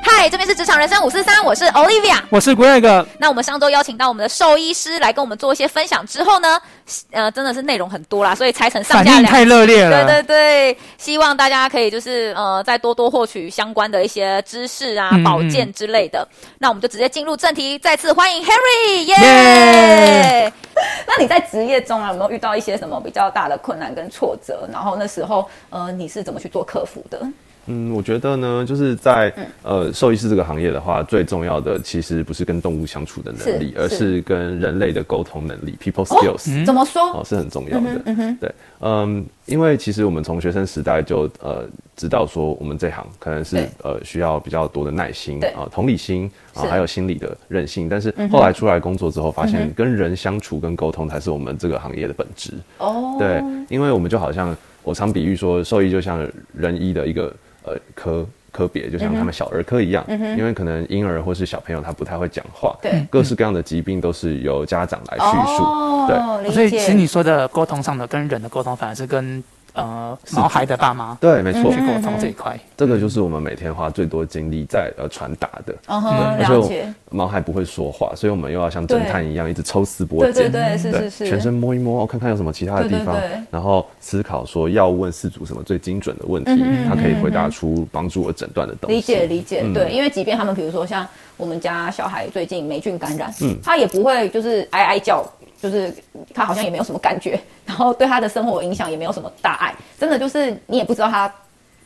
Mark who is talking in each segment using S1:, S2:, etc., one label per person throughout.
S1: 嗨，这边是职场人生五四三，我是 Olivia。
S2: 我是 Greg，
S1: 那我们上周邀请到我们的兽医师来跟我们做一些分享之后呢，呃，真的是内容很多啦，所以拆成上
S2: 反
S1: 下
S2: 应
S1: 两
S2: 太热烈了。
S1: 对对对，希望大家可以就是呃，再多多获取相关的一些知识啊、
S2: 嗯
S1: 保健之类的。那我们就直接进入正题，再次欢迎 Harry，耶、
S2: 耶
S3: 那你在职业中啊，有没有遇到一些什么比较大的困难跟挫折？然后那时候，呃，你是怎么去做克服的？
S4: 嗯，我觉得呢，就是在
S3: 嗯
S4: 呃兽医师这个行业的话，最重要的其实不是跟动物相处的能力，
S3: 是哦
S4: 而是跟人类的沟通能力 （people skills）
S3: 怎么说？
S4: 哦是很重要的。
S3: 嗯
S4: 对，嗯，因为其实我们从学生时代就呃知道说，我们这行可能是
S3: 对
S4: 呃需要比较多的耐心
S3: 对
S4: 啊、同理心啊、
S3: 是嗯
S4: 还有心理的韧性。但是后来出来工作之后，发现跟人相处跟沟通才是我们这个行业的本质。
S3: 哦，
S4: 对，因为我们就好像我常比喻说，兽医就像人医的一个呃科科别，就
S3: 嗯
S4: 像他们小儿科一样，因为可能婴儿或是小朋友他不太会讲话，
S3: 对
S4: 各式各样的疾病都是由家长来
S2: 嗯
S4: 叙述，对。
S3: 哦，理解。
S2: 所以其实你说的沟通上的跟人的沟通，反而是跟呃毛孩的爸妈
S4: 对，没
S3: 嗯
S4: 错，
S2: 去沟通这一块。
S4: 这个就是我们每天花最多精力在呃传达的。
S3: 嗯哼，
S4: 而且
S3: 了
S4: 我
S3: 解。
S4: 毛孩不会说话，所以我们又要像侦
S3: 对
S4: 探一样一直抽丝剥
S3: 对
S4: 茧，
S3: 对对，是
S4: 对，
S3: 是是，
S4: 全身摸一摸，哦看看有什么其他的地方，
S3: 对对对
S4: 然后思考说要问饲主什么最精准的问题，
S3: 嗯
S4: 他可以回答出帮助我诊断的东西。
S3: 理解理解，
S4: 嗯
S3: 对，因为即便他们比如说像我们家小孩最近霉菌感染，
S4: 嗯
S3: 他也不会就是哀哀叫，就是他好像也没有什么感觉，然后对他的生活影响也没有什么大碍，真的就是你也不知道他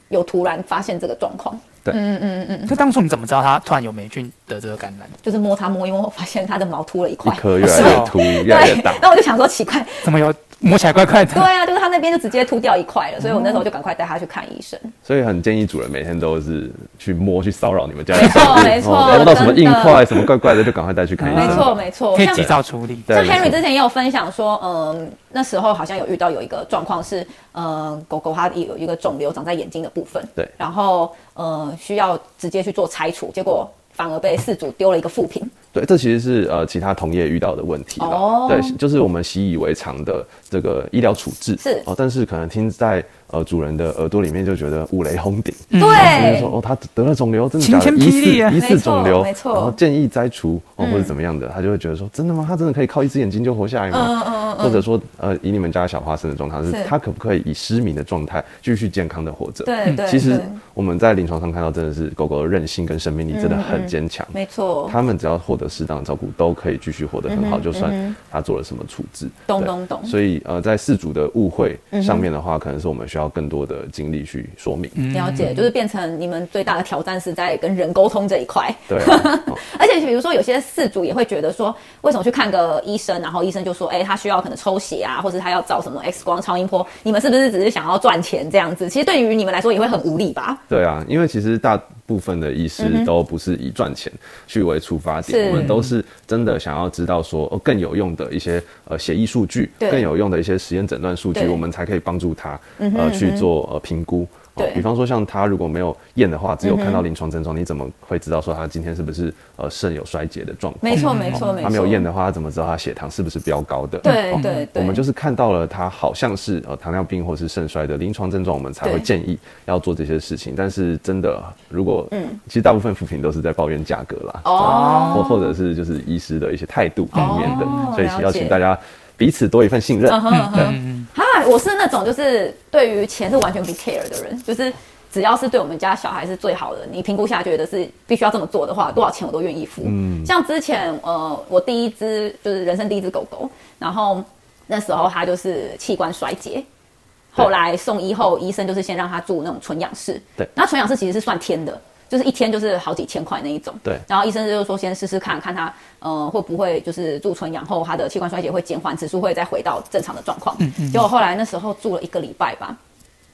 S3: 有突然发现这个状况，嗯
S2: 就当初你怎么知道他突然有霉菌的这个感染？
S3: 就是摸他摸一摸，发现他的毛秃了一
S4: 一
S3: 块，
S4: 颗越来越秃，越来越 大
S3: 对，。那我就想说奇 怪，
S2: 怎么有摸起来怪怪的？
S3: 对啊，就是他那边就直接秃掉一块了，所以我那时候就赶快带他去看医生。
S4: 所以很建议主人每天都是去摸、去骚扰你们家的
S3: 没错
S4: 宠物，
S3: 没错
S4: 哦摸到什么硬
S3: 真
S4: 块、什么怪怪的，就赶快带去看医
S3: 没
S4: 生。
S3: 错没错，
S2: 可以
S3: 像
S2: 及早处理。
S4: 对
S3: 像
S4: 没错
S3: Henry 之前也有分享说，嗯，那时候好像有遇到有一个状况是，嗯，狗狗它有一个肿瘤长在眼睛的部分，
S4: 对
S3: 然后呃需要直接去做拆除，结果反而被饲主丢了一个负评，
S4: 对，这其实是呃其他同业遇到的问题啦。
S3: 哦
S4: 对，就是我们习以为常的这个医疗处置
S3: 是
S4: 哦，但是可能听在呃主人的耳朵里面就觉得五雷轰顶，就是
S3: 对
S4: 说，哦，他得了肿瘤，真的假
S2: 嗯晴
S4: 的？
S2: 天
S4: 疑
S2: 霹雳啊
S4: 似疑似肿瘤，
S3: 没错没嗯错
S4: 然后建议摘除哦，或者怎么样的，他就会觉得说，真的吗？他真的可以靠一只眼睛就活下来吗？
S3: 嗯
S4: 或者说，呃，以你们家小花生的状况是
S3: 是，
S4: 他可不可以以失明的状态继续健康的活着？
S3: 对对
S4: 其实
S3: 对
S4: 我们在临床上看到，真的是狗狗的韧性跟生命力
S3: 嗯
S4: 真的很坚强。
S3: 没错，嗯
S4: 他们只要获得适当的照顾，都可以继续活得很好，就算他做了什么处置。
S3: 懂
S4: 对
S3: 懂嗯懂
S4: 所以呃，在事主的误会上面的话，可能是我们需要更多的精力去说明。
S3: 了解，就是变成你们最大的挑战是在跟人沟通这一块，
S4: 对啊， 哦
S3: 而且比如说有些饲主也会觉得说，为什么去看个医生，然后医生就说，哎、他需要可能抽血啊，或者他要照什么 X 光、超音波，你们是不是只是想要赚钱这样子？其实对于你们来说也会很无力吧？
S4: 对啊，因为其实大部分的医师都不是以赚钱去为出发
S3: 嗯
S4: 点，
S3: 是
S4: 我们都是真的想要知道说、哦、更有用的一些呃协议数据，
S3: 对
S4: 更有用的一些实验诊断数据，
S3: 对嗯
S4: 我们才可以帮助他呃去做呃评估。哦
S3: 对嗯
S4: 比方说像他如果没有验的话，只有看到临床症状，你怎么会知道说他今天是不是呃肾有衰竭的状况？哦
S3: 没错，没错，没错。
S4: 他没有验的话，他怎么知道他血糖是不是飙高的？哦
S3: 对对对
S4: 我们就是看到了他好像是呃糖尿病或是肾衰的临床症状，我们才会
S3: 对
S4: 建议要做这些事情。但是真的，如果嗯，其实大部分扶贫都是在抱怨价格啦，
S3: 哦，
S4: 或或者是就是医师的一些态度方面的，
S3: 哦
S4: 所以
S3: 了解嗯
S4: 要请大家彼此多一份信任。
S3: 哈，我是那种就是对于钱是完全不 care 的人，就是只要是对我们家小孩是最好的，你评估下觉得是必须要这么做的话，多少钱我都愿意付。嗯，像之前呃，我第一只就是人生第一只狗狗，然后那时候它就是器官衰竭。后来送医后，医生就是先让他住那种纯氧室。
S4: 对
S3: 那纯氧室其实是算天的，就是一天就是好几千块那一种。
S4: 对
S3: 然后医生就是说先试试看看他呃会不会就是住纯氧后他的器官衰竭会减缓，指数会再回到正常的状况。嗯嗯。结果后来那时候住了一个礼拜吧，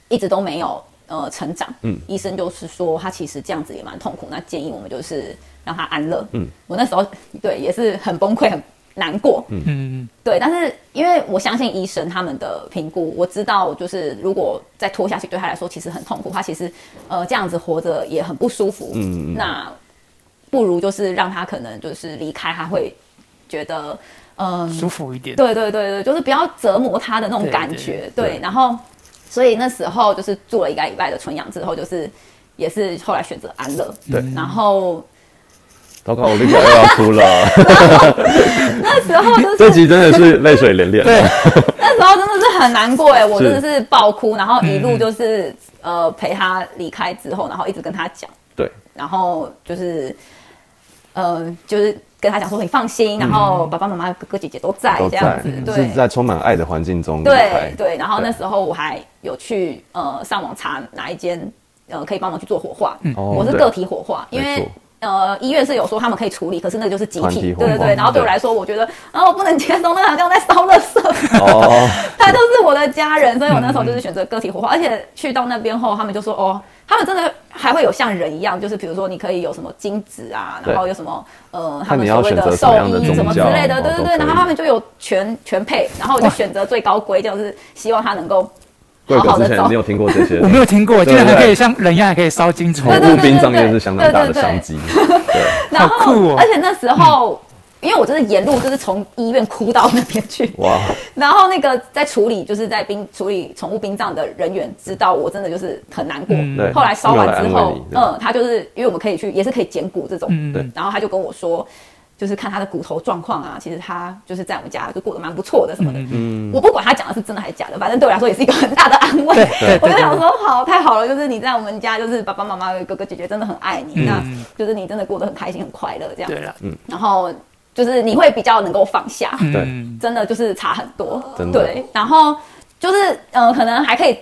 S3: 一直都没有呃成长。嗯。医生就是说他其实这样子也蛮痛苦，那建议我们就是让他安乐。嗯。我那时候对也是很崩溃很难过。嗯。
S2: 嗯，
S3: 对，但是因为我相信医生他们的评估，我知道就是如果再拖下去，对他来说其实很痛苦，他其实呃这样子活着也很不舒服。嗯那不如就是让他可能就是离开，他会觉得嗯、
S2: 舒服一点。
S3: 对对对对，就是不要折磨他的那种感觉。
S4: 对对
S3: 对，然后所以那时候就是住了一个礼拜的纯氧之后，就是也是后来选择安乐。
S4: 对
S3: 然后
S4: 糟糕，我立刻又要哭了，
S3: 那时候就是
S4: 这集真的是泪水连连。啊
S2: 对，
S3: 那时候真的是很难过哎，我
S4: 是
S3: 真
S4: 嗯
S3: 的是爆哭，然后一路就是、呃陪他离开之后，然后一直跟他讲，
S4: 对，
S3: 然后就是呃就是跟他讲说你放心，然后爸爸妈妈、哥哥姐姐都在
S4: 嗯都
S3: 啊这样
S4: 在嗯
S3: 子，，
S4: 是
S3: 对。
S4: 在充满爱的环境中离开
S3: 对。对，然后那时候我还有去呃上网查哪一间呃可以帮忙去做火化，
S4: 哦
S3: 我是
S4: 对
S3: 个体火化，因为
S4: 没错。
S3: 呃，医院是有说他们可以处理，可是那个就是集
S4: 团
S3: 体，
S4: 体火
S3: 对对
S4: 化
S3: 对。然后对我
S4: 对
S3: 来说，我觉得，啊，我不能接受，那好像在烧垃圾。
S4: 哦，
S3: 他就是我的家人，所以我那时候就是选择个体
S4: 嗯
S3: 火化，而且去到那边后，他们就说哦，他们真的还会有像人一样，就是比如说你可以有什么精子啊，
S4: 对
S3: 然后有什么呃，他
S4: 看
S3: 们
S4: 你
S3: 所
S4: 要
S3: 谓
S4: 选
S3: 的
S4: 择什
S3: 兽
S4: 么样的
S3: 医什么
S4: 宗
S3: 之
S4: 教
S3: 类的，
S4: 哦
S3: 对对
S4: 都
S3: 对，
S4: 可
S3: 然后他
S4: 以
S3: 们就有全全配，然后我就选择最高规，就是希望他能够
S4: 贵
S3: 好好
S4: 哥
S3: 的
S4: 之
S3: 走
S4: 前你。有听过这些
S2: 我？没有听过，竟然还
S4: 对
S2: 可以像人一样还可以烧金子
S4: 宠，物殡葬业是相当大的商机。
S3: 然
S2: 好
S3: 后，
S2: 酷哦
S3: 而且那时候，因为我就是沿路就是从医院哭到那边去，
S4: 哇，
S3: 然后那个在处理就是在殡处理宠物殡葬的人员知道我真的就是很难过。
S2: 嗯
S4: 对
S3: 后来烧完之
S4: 他们有来安
S3: 后
S4: 慰你，对
S3: 嗯，他就是因为我们可以去，也是可以捡骨这种，
S2: 嗯
S4: 对
S3: 然后他就跟我说，就是看他的骨头状况啊，其实他就是在我们家就过得蛮不错的什么的。
S4: 嗯，
S3: 我不管他讲的是真的还是假的，反正对我来说也是一个很大的安慰
S2: 对 对对。
S3: 我就想说，好，太好了，就是你在我们家，就是爸爸妈妈、哥哥姐姐真的很爱你，那
S2: 嗯
S3: 就是你真的过得很开心、很快乐这样。
S2: 对了，
S3: 然后就是你会比较能够放下，
S4: 对
S2: 嗯
S3: 真的就是差很多，
S4: 真的
S3: 对。然后就是呃，可能还可以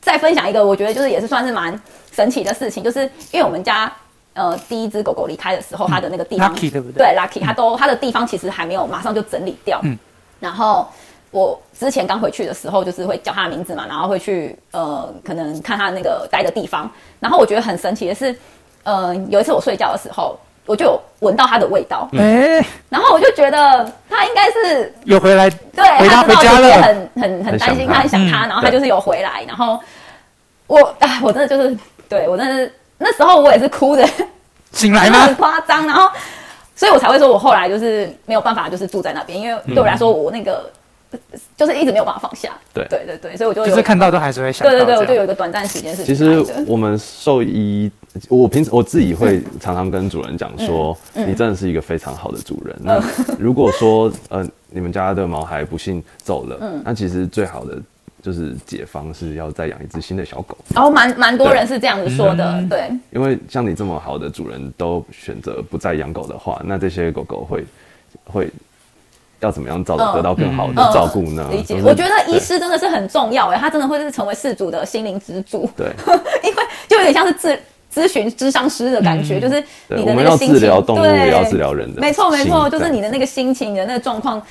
S3: 再分享一个，我觉得就是也是算是蛮神奇的事情，就是因为我们家呃第一只狗狗离开的时候，它的那个地方、
S2: 嗯 Lucky，对不对
S3: 对，Lucky，它都它的地方其实还没有马上就整理掉，
S2: 嗯
S3: 然后。我之前刚回去的时候，就是会叫它的名字嘛，然后会去呃，可能看它那个待的地方。然后我觉得很神奇的是，呃，有一次我睡觉的时候，我就有闻到它的味道，
S2: 哎，
S3: 然后我就觉得它应该是
S2: 有回来，
S3: 对，
S2: 回
S3: 他
S2: 家
S3: 知道
S2: 回家
S3: 姐姐
S2: 了
S3: 很很很担心他，很
S4: 很
S3: 想
S2: 想他
S3: 他，
S2: 嗯
S3: 然后他就是有回来，然后我啊，我真的就是，对我真的是那时候我也是哭的，
S2: 醒来
S3: 很
S2: 吗？
S3: 夸张，然后所以我才会说我后来就是没有办法，就是住在那边，因
S2: 嗯
S3: 为对我来说我那个就是一直没有办法放下，
S4: 对
S3: 对对对，所以我就有
S2: 就是看到都还是会想
S3: 对
S2: 到这
S3: 对对，
S2: 样。
S3: 我就有一个短暂时间是
S4: 其
S3: 离
S4: 实
S3: 开的
S4: 我们兽医，我平时我自己会常常跟主人讲说，
S3: 嗯
S4: 你真的是一个非常好的主人。那如果说呃你们家的毛孩不幸走
S3: 嗯
S4: 了，那其实最好的就是解方是要再养一只新的小狗，
S3: 然后蛮蛮多人是这样子说的，
S2: 嗯
S3: 对
S4: 因为像你这么好的主人都选择不再养狗的话，那这些狗狗会会要怎么样照
S3: 嗯
S4: 得到更好的
S3: 嗯
S4: 照顾呢？
S3: 理解
S4: 就。是
S3: 我觉得医
S4: 对
S3: 师真的是很重要哎，他真的会是成为事主的心灵支柱，
S4: 对。
S3: 因为就有点像是咨咨询咨商师的感觉，就是
S4: 嗯对
S3: 你
S4: 我
S3: 的那
S4: 们
S3: 个
S4: 要
S3: 心情，
S4: 治疗动物，
S3: 对
S4: 也要治疗人的心。
S3: 没错没错，就是
S4: 对
S3: 你的那个心情，你的那个状况。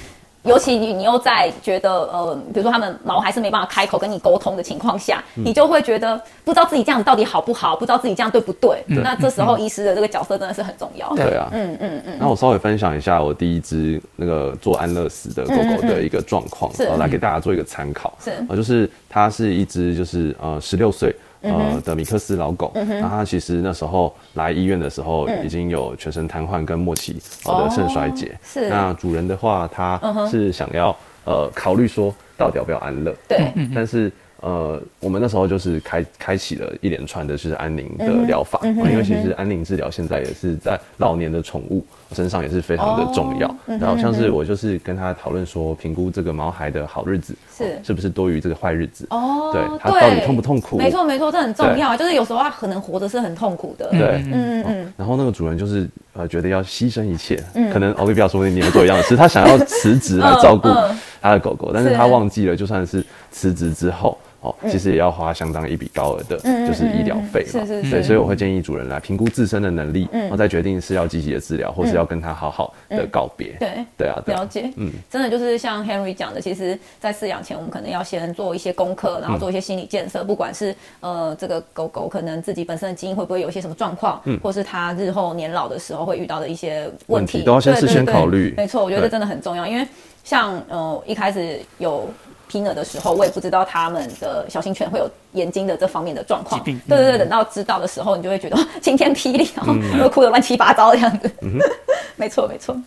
S3: 尤其你你又在觉得呃，比如说他们毛还是没办法开口跟你沟通的情况下，
S4: 嗯
S3: 你就会觉得不知道自己这样到底好不好，不知道自己这样对不对。那这时候医师的这个角色真的是很重要。
S4: 嗯对啊，嗯嗯嗯。那我稍微分享一下我第一只那个做安乐死的狗狗的一个状况，
S3: 嗯是
S4: 然后来给大家做一个参考。
S3: 是
S4: 呃，就是它是一只就是呃十六岁。
S3: 嗯
S4: 呃的米克斯老狗，然后它其实那时候来医院的时候
S3: 嗯
S4: 已经有全身瘫痪跟末期呃的肾衰竭。
S3: 哦是
S4: 那主人的话，他
S3: 嗯
S4: 是想要呃考虑说到底要不要安乐。嗯
S3: 对，
S4: 但是呃，我们那时候就是开开启了一连串的就是安宁的疗法、
S3: 嗯
S4: 啊因为其实安宁治疗现在也是在老年的宠物呃身上也是非常的重要。
S3: 嗯
S4: 然后像是我就是跟他讨论说，评估这个毛孩的好日子
S3: 是
S4: 哦是不是多于这个坏日子，
S3: 哦，
S4: 对它到底痛不痛苦
S3: 没错没错，这很重要。就是有时候他可能活着是很痛苦的。
S4: 对。哦
S3: 嗯嗯嗯，
S4: 然后那个主人就是呃，觉得要牺牲一切，可能 Olivia 说不定你们做一样的事，他想要辞职来照顾
S3: 嗯嗯
S4: 他的狗狗，但是
S3: 是嗯
S4: 他忘记了，就算是辞职之后。哦，其实也要花相当一笔高额的，就是医疗费嘛。
S3: 嗯嗯嗯是是嗯
S4: 对，
S3: 是
S4: 所以我会建议主人来评估自身的能力，然后再决定是要积极的治疗，或是要跟他好好的告别。
S3: 嗯对。
S4: 对啊，对啊
S3: 了解，嗯，
S4: 嗯
S3: 真的就是像 Henry 讲的，其实，在饲养前，我们可能要先做一些功课，然后做一些心理建设，
S4: 嗯
S3: 不管是呃这个狗狗可能自己本身的基因会不会有一些什么状况，或是它日后年老的时候会遇到的一些问
S4: 嗯问
S3: 题，
S4: 题都要先
S3: 对
S4: 事先
S3: 对对
S4: 考虑
S3: 没错，我觉得
S4: 对
S3: 这真的很重要，因为像呃一开始有。拼了的时候，我也不知道他们的小型犬会有眼睛的这方面的状况。
S2: 疾病嗯
S3: 对对对，等到知道的时候，你就会觉得哦晴天霹雳，然后
S4: 嗯
S3: 又哭得乱七八糟的样子。 没错，没错。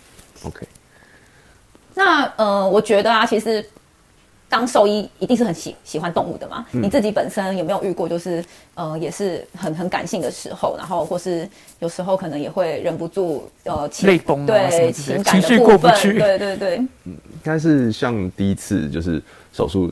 S4: ，OK，
S3: 那呃，我觉得啊，其实当兽医一定是很喜喜欢动物的嘛。你自己本身有没有遇过，就是呃，也是很很感性的时候，然后或是有时候可能也会忍不住呃情
S2: 泪崩啊什
S3: 对
S2: 么之类
S3: 情
S2: 的
S3: 感
S2: 情
S3: 的
S2: 绪
S3: 部
S2: 过不
S3: 分，
S2: 去
S3: 对对对，
S4: 应该是像第一次就是手术，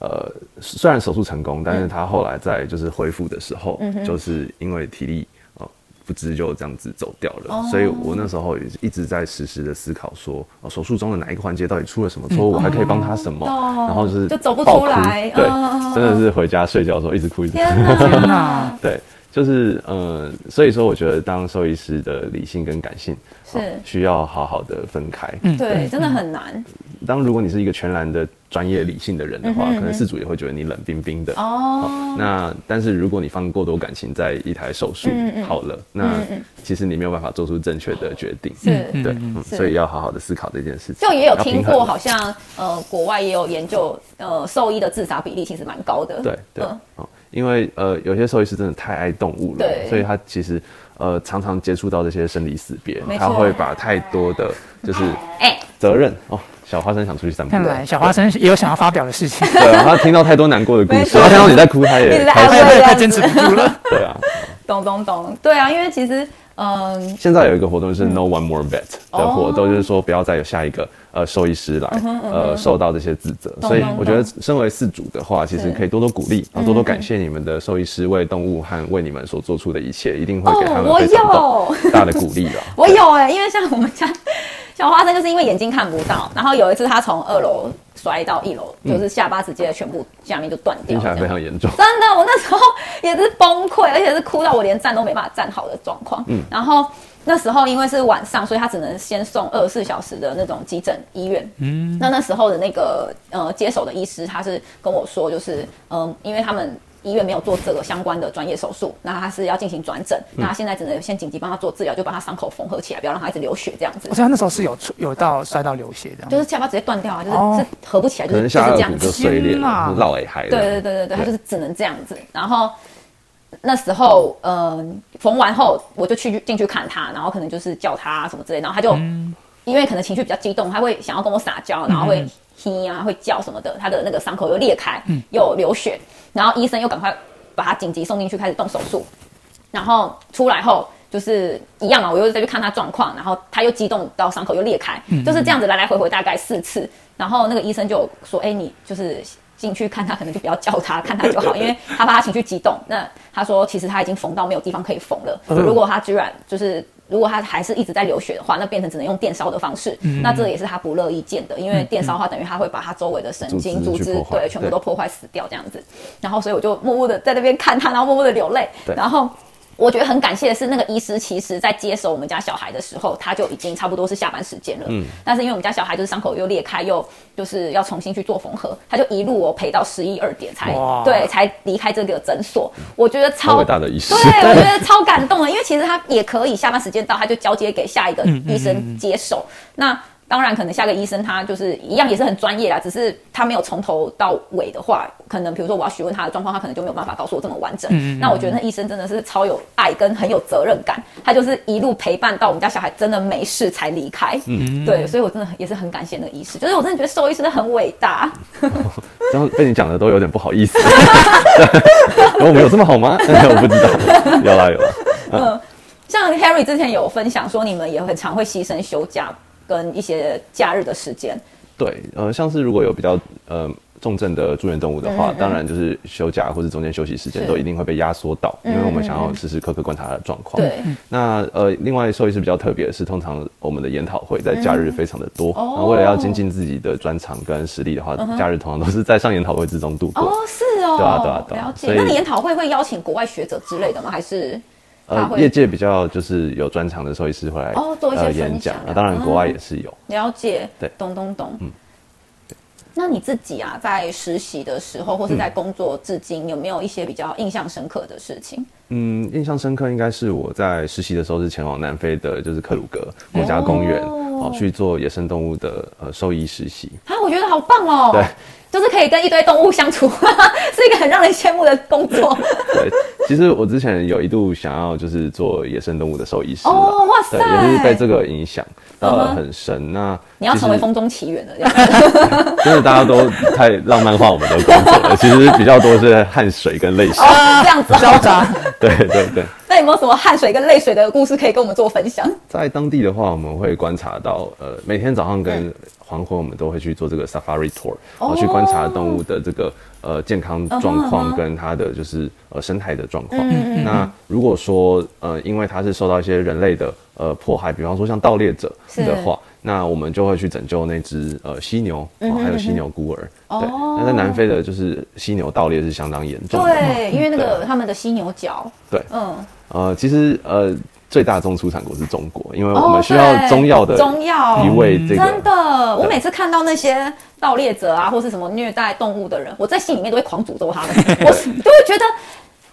S4: 呃，虽然手术成功，
S3: 嗯
S4: 但是他后来在就是恢复的时候，就是因为体力呃不支就这样子走掉了，
S3: 哦
S4: 所以我那时候也是一直在实时的思考说，呃手术中的哪一个环节到底出了什么错误，我还可以帮他什么，
S3: 嗯哦
S4: 然后就是
S3: 就走不
S4: 爆
S3: 出
S4: 哭
S3: 来
S4: 对，
S3: 嗯
S4: 真的是回家睡觉的时候一直哭一直哭。
S3: 天哪！嗯
S2: 那
S4: 对，就是呃，所以说我觉得当兽医师的理性跟感性
S3: 是
S4: 呃需要好好的分开。
S2: 嗯
S3: 对，真的很难
S4: 当如果你是一个全然的专业理性的人的
S3: 嗯
S4: 话，可能事主也会觉得你冷冰冰的。
S3: 哦。
S4: 那但是如果你放过多感情在一台手术
S3: 嗯
S4: 好了，那其实你没有办法做出正确的决定。
S3: 是
S4: 对，
S2: 嗯
S4: 嗯
S3: 是
S4: 所以要好好的思考这件事情。
S3: 就也有
S4: 要
S3: 听
S4: 平衡
S3: 过，好像呃，国外也有研究，呃，兽医的自杀比例其实蛮高的。
S4: 对对
S3: 嗯，
S4: 哦，因为呃，有些兽医师真的太爱动物了
S3: 对，
S4: 所以他其实呃常常接触到这些生离死别
S3: 没，
S4: 他
S3: 错
S4: 会把太多的就是
S1: 哎
S4: 责任哦，小花生想出去散步
S2: 看
S4: 了
S2: 来，小花生也有想要发表的 事情，
S4: 对，啊他听到太多难过的故
S3: 没
S4: 事，
S3: 错
S4: 他听到你在哭，他
S3: 一
S4: 也
S3: 直在
S4: 开
S3: 安
S2: 我
S4: 始
S3: 慰这
S2: 也
S3: 样
S2: 快
S3: 子
S2: 坚持不住了。
S4: 对啊。
S3: 懂懂懂，对啊，因为其实嗯，
S4: 现在有一个活动是 No One More Vet 的活动，
S3: 哦嗯
S4: 就是说不要再有下一个呃兽医师来呃受到这些指责，
S3: 懂
S4: 所以
S3: 懂
S4: 我觉得身为饲主的话，其实可以多多鼓励，然后啊多多感谢你们的兽医师为动物和为你们所做出的一切，一定会给他
S3: 哦
S4: 们
S3: 我
S4: 非常大大的鼓 励的。
S3: 我有哎、因为像我们家 小花生就是因为眼睛看不到，然后有一次他从二楼摔到一楼，就是下巴直接全部下面就断掉
S4: 听
S3: 了
S4: 起
S3: 这
S4: 来
S3: 样，
S4: 非常严 重，
S3: 真的，我那时候也是崩溃，而且是哭到我连站都没办法站好的状况。嗯，然后那时候因为是晚上，所以他只能先送二十四小时的那种急诊医院。嗯，那那时候的那个呃接手的医师，他是跟我说，就是嗯、呃因为他们。医院没有做这个相关的专业手术，那他是要进行转诊，
S4: 嗯
S3: 那他现在只能先紧急帮他做治疗，就把他伤口缝合起来，不要让他一直流血这样子
S2: 我，记得他那时候是有出有到摔到流血这样，
S3: 就是下巴直接断掉啊，就是、
S2: 哦
S3: 是合不起来，就
S4: 可
S3: 是就
S4: 能
S3: 是
S4: 下
S3: 这
S4: 颚
S3: 样
S4: 骨
S3: 子
S4: 就。碎裂
S2: 天哪
S4: 了，落尾海了。
S3: 对对对对对，他就是只能这样子。然后那时候，呃，缝完后我就去进去看他，然后可能就是叫他什么之类，然后他就、因为可能情绪比较激动，他会想要跟我撒娇，然后会嘿啊，会叫什么的，他的那个伤口又裂开，又流血，然后医生又赶快把他紧急送进去开始动手术，然后出来后。就是一样嘛，我又再去看他状况，然后他又激动到伤口又裂开，就是这样子来来回回大概四次。然后那个医生就有说：“哎、你就是进去看他，可能就不要叫他，看他就好，因为他怕他情绪激动。”那他说：“其实他已经缝到没有地方可以缝了，如果他居然就是。”如果他还是一直在流血的话，那变成只能用电烧的方式。那这也是他不乐意见的，因为电烧的话，等于他会把他周围的神经
S4: 组
S3: 组
S4: 织去
S3: 织
S4: 破坏
S3: 对全部
S4: 对
S3: 都破坏死掉这样子。然后，所以我就默默的在那边看他，然后默默的流泪。
S4: 对
S3: 然后我觉得很感谢的是，那个医师其实在接手我们家小孩的时候，他就已经差不多是下班时间了。嗯，但是因为我们家小孩就是伤口又裂开，又就是要重新去做缝合，他就一路我陪到十一二点才
S2: 哇
S3: 对才离开这个诊所。我觉得
S4: 好
S3: 超
S4: 伟大的医师，
S3: 对，我觉得超感动的，因为其实他也可以下班时间到，他就交接给下一个医生接手。那当然，可能下个医生他就是一样也是很专业啦，只是他没有从头到尾的话，可能比如说我要询问他的状况，他可能就没有办法告诉我这么完整。那我觉得那医生真的是超有爱跟很有责任感，他就是一路陪伴到我们家小孩真的没事才离开。对，所以我真的也是很感谢那个医师，就是我真的觉得兽医真的很伟大。
S4: 然后被你讲的都有点不好意思。 然后我们有这么好吗？ 我不知道，有啦有啦。
S3: 像 Harry 之前有分享说，你们也很常会牺牲休假跟一些假日的时间。
S4: 对，呃，像是如果有比较呃重症的住院动物的话，当然就是休假或者中间休息时
S3: 嗯
S4: 间
S3: 是嗯
S4: 都一定会被压缩到，因为我们想要时时刻刻观察它的状况。
S3: 对，
S4: 那呃，另外兽医师比较特别的是，通常我们的研讨会在假日非常的多，
S3: 嗯
S4: 然后为了要精进自己的专长跟实力的话，假日通常都是在上研讨会之中度过。
S3: 哦，是哦，
S4: 对啊对啊对啊
S3: 了解
S4: 所。以
S3: 那你研讨会会邀请国外学者之类的吗？还是他
S4: 呃，
S3: 会、
S4: 业界比较就是有专长的兽医师会来
S3: 哦做一些
S4: 呃
S3: 分享
S4: 演讲，
S3: 啊
S4: 啊，当然国外也是有。
S3: 了解？
S4: 对嗯
S3: 懂懂懂。那你自己啊，在实习的时候，或是在工作至今，有没有一些比较印象深刻的事情？
S4: 嗯，印象深刻应该是我在实习的时候是前往南非的，就是克鲁格国家公园
S3: 哦
S4: 哦去做野生动物的呃兽医实习。
S3: 啊，我觉得好棒哦！
S4: 对， 啊
S3: 就是可以跟一堆动物相处，是一个很让人羡慕的工作。
S4: 对，其实我之前有一度想要就是做野生动物的兽医师啦，
S3: 哦哇
S4: 对，
S3: 塞
S4: 也是被这个影响到
S3: 嗯
S4: 了
S3: 哼
S4: 很深。那
S3: 你要
S4: 其实
S3: 成为风中奇缘了，这样
S4: 真的大家都太浪漫化我们的工作了，其实比较多是汗水跟泪水。
S3: 哦， 这样子
S2: 交
S3: 哦。
S2: 杂，
S4: 对对对，
S3: 那有没有什么汗水跟泪水的故事可以跟我们做分享？
S4: 在当地的话，我们会观察到，呃，每天早上跟黄昏，我们都会去做这个 safari tour，然后去观察动物的这个呃健康状
S3: 哦嗯哼嗯嗯
S4: 况
S3: 哼
S4: 跟它的就是呃生态的状况。那如果说呃，因为它是受到一些人类的呃迫害，比方说像盗猎者的话，那我们就会去拯救那只呃犀牛，
S3: 嗯
S4: 哦还有犀牛孤儿。对，
S3: 哦
S4: 那在南非的就是犀牛盗猎是相当严重的。
S3: 对，因为那个他们的犀牛角，
S4: 哦嗯对，
S3: 嗯，
S4: 呃，其实呃，最大宗出产国是中国，因为呃我
S3: 哦
S4: 们需要
S3: 对
S4: 中药的
S3: 中药
S4: 一位这
S3: 哦真
S4: 个。
S3: 的，我每次看到那些盗猎者啊，或是什么虐待动物的人，我在心里面都会狂诅咒他 们，我是都会觉得。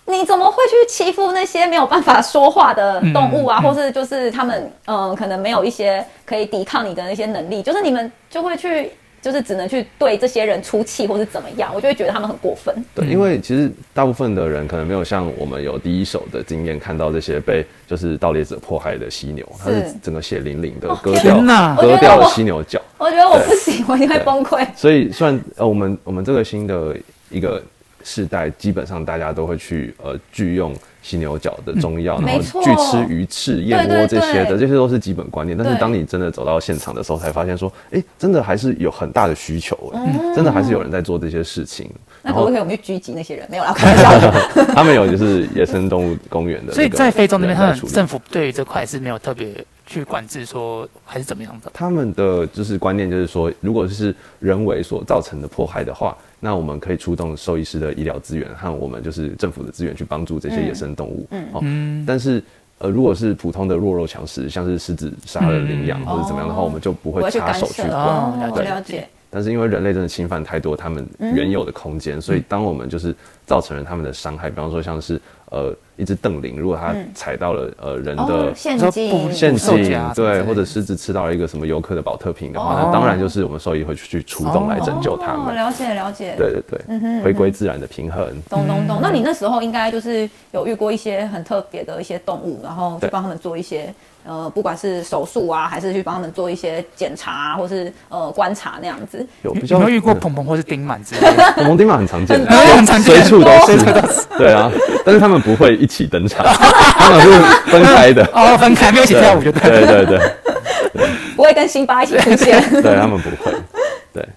S3: 你怎么会去欺负那些没有办法说话的动物啊，或是就是他们，嗯、可能没有一些可以抵抗你的那些能力，就是你们就会去，就是只能去对这些人出气，或是怎么样，我就会觉得他们很过分。
S4: 对，因为其实大部分的人可能没有像我们有第一手的经验看到这些被就是盗猎者迫害的犀牛，它是
S3: 是
S4: 整个血淋淋的
S3: 哦
S4: 割
S2: 天
S4: 掉
S2: 哪
S4: 割
S3: 我觉
S4: 掉
S3: 得我
S4: 犀牛角。
S3: 我觉得我不行，我一定会崩溃。
S4: 所以虽然呃，我们我们这个新的一个世代，基本上大家都会去呃拒用犀牛角的中药，然
S3: 嗯没
S4: 后
S3: 错
S4: 拒吃鱼翅、燕窝这
S3: 对
S4: 些
S3: 对
S4: 的，这些都是基本观念。但是
S3: 对
S4: 当你真的走到现场的时候，才发现说，哎、真的还是有很大的需求、哎、真的还是有人在做这些事情。
S3: 嗯那
S4: 然
S3: 可不
S4: 后
S3: 可以我们去狙击那些人？没有啦，开玩 笑的。
S4: 他们有就是野生动物公园的这个
S2: 所以在
S4: 人在处理，
S2: 非洲那边，他们政府对于这块是没有特别去管制，说还是怎么样的。
S4: 他们的就是观念就是说，如果是人为所造成的迫害的话，那我们可以出动兽医师的医疗资源和我们就是政府的资源去帮助这些野生动物。嗯，哦，但是。呃，如果是普通的弱肉强食，像是狮子杀了领养、或者怎么样的话，
S3: 哦
S4: 我们就嗯不
S3: 我要
S4: 会
S3: 去
S4: 插
S3: 干
S4: 手
S3: 涉
S4: 去管。
S2: 哦
S3: 哦，
S2: 对
S3: 了解。
S4: 但是因为人类真的侵犯太多他们原有的空间，所以当我们就是造成了他们的伤害，比方说像是呃一只瞪羚，如果它踩到了呃人
S3: 哦
S4: 的，
S3: 陷
S2: 说
S3: 阱，
S2: 不
S4: 陷
S2: 售
S4: 阱
S2: 假啊什么之类
S4: 对，
S2: 的
S4: 或者狮子吃到了一个什么游客的保特瓶的话，
S2: 哦
S4: 那当然就是我们兽医会去出动来拯救他
S3: 哦、
S4: 们。
S3: 了解了解，
S4: 对对
S2: 嗯
S4: 对，回归自然的平衡。
S3: 懂懂懂。那你那时候应该就是有遇过一些很特别的一些动物，然后去
S4: 对
S3: 帮他们做一些呃，不管是手术啊，还是去帮他们做一些检查、啊，或是呃观察那样子。
S4: 有
S2: 有
S4: 比
S2: 有
S4: 较
S2: 没有遇过
S4: 嗯
S2: 蓬蓬或是丁满之类 的？
S4: 蒙丁马很常见 的，
S2: 很常见
S4: 随处都是。对啊，但是他们不会一起 登场，他们是分开的。
S2: 哦，分开没有一起
S4: 对
S2: 跳舞就对了。
S4: 对对对。
S3: 不会跟辛巴一起出现。
S4: 对他们不会。对，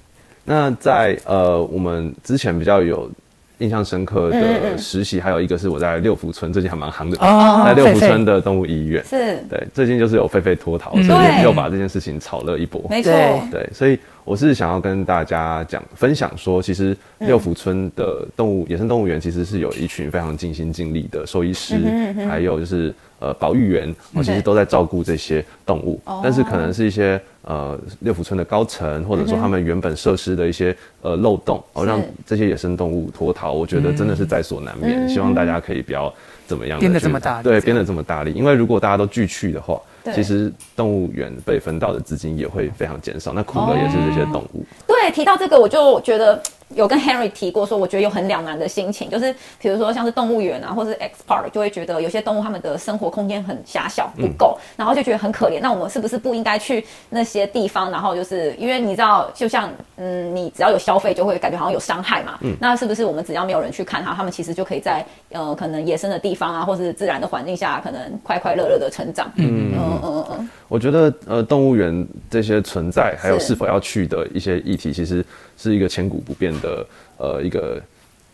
S4: 那在呃，我们之前比较有印象深刻的实习，还有一个是我在六福村，最近还蛮行的，
S2: 嗯哦
S4: 在六福
S2: 狒狒
S4: 村的动物医院。
S3: 是，
S4: 对，最近就是有狒狒脱逃，所
S3: 嗯对
S4: 以又把这件事情炒了一波。
S3: 没错，
S2: 对
S4: 对，所以我是想要跟大家讲分享说，其实
S3: 嗯
S4: 六福村的动物、野生动物园其实是有一群非常尽心尽力的兽医
S3: 嗯
S4: 师，还有就是呃保育员，我、其实都在照顾这些动物，
S3: 哦
S4: 但是可能是一些呃六福村的高层，或者说他们原本设施的一些呃漏洞，
S3: 嗯
S4: 哦
S3: 是
S4: 让这些野生动物脱逃，我觉得真的是在所难免，
S3: 嗯
S4: 希望大家可以不要怎么样地
S2: 编得
S4: 去
S2: 这么大力
S4: 对，
S2: 这样
S4: 编得这么大力，因为如果大家都聚去的话
S3: 对。
S4: 其实动物园被分到的资金也会非常减少，那苦的
S3: 哦
S4: 也是这些动物。
S3: 对，提到这个，我就觉得有跟 Henry 提过说，我觉得有很两难的心情，就是比如说像是动物园啊，或是 X Park，就会觉得有些动物它们的生活空间很狭小，不够，然后就觉得很可怜。那我们是不是不应该去那些地方？然后就是因为你知道，就像嗯，你只要有消费，就会感觉好像有伤害嘛。那是不是我们只要没有人去看它，它们其实就可以在呃可能野生的地方啊，或是自然的环境下，可能快快乐乐的成长。嗯嗯嗯嗯，
S4: 我觉得呃，动物园这些存在，还有
S3: 是
S4: 是否要去的一些议题，其实是一个千古不变的呃一个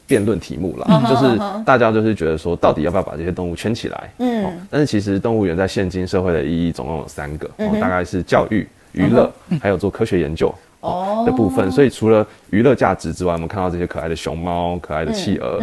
S4: 辩论题目啦。
S3: 嗯
S4: 就是大家就是觉得说，到底要不要把这些动物圈起来？嗯、但是其实动物园在现今社会的意义总共有三个，
S3: 嗯
S4: 哦大概是教育、娱乐，还有做科学研究。哦的部分，所以除了娱乐价值之外，我们看到这些可爱的熊猫、可爱的企
S3: 嗯
S4: 鹅，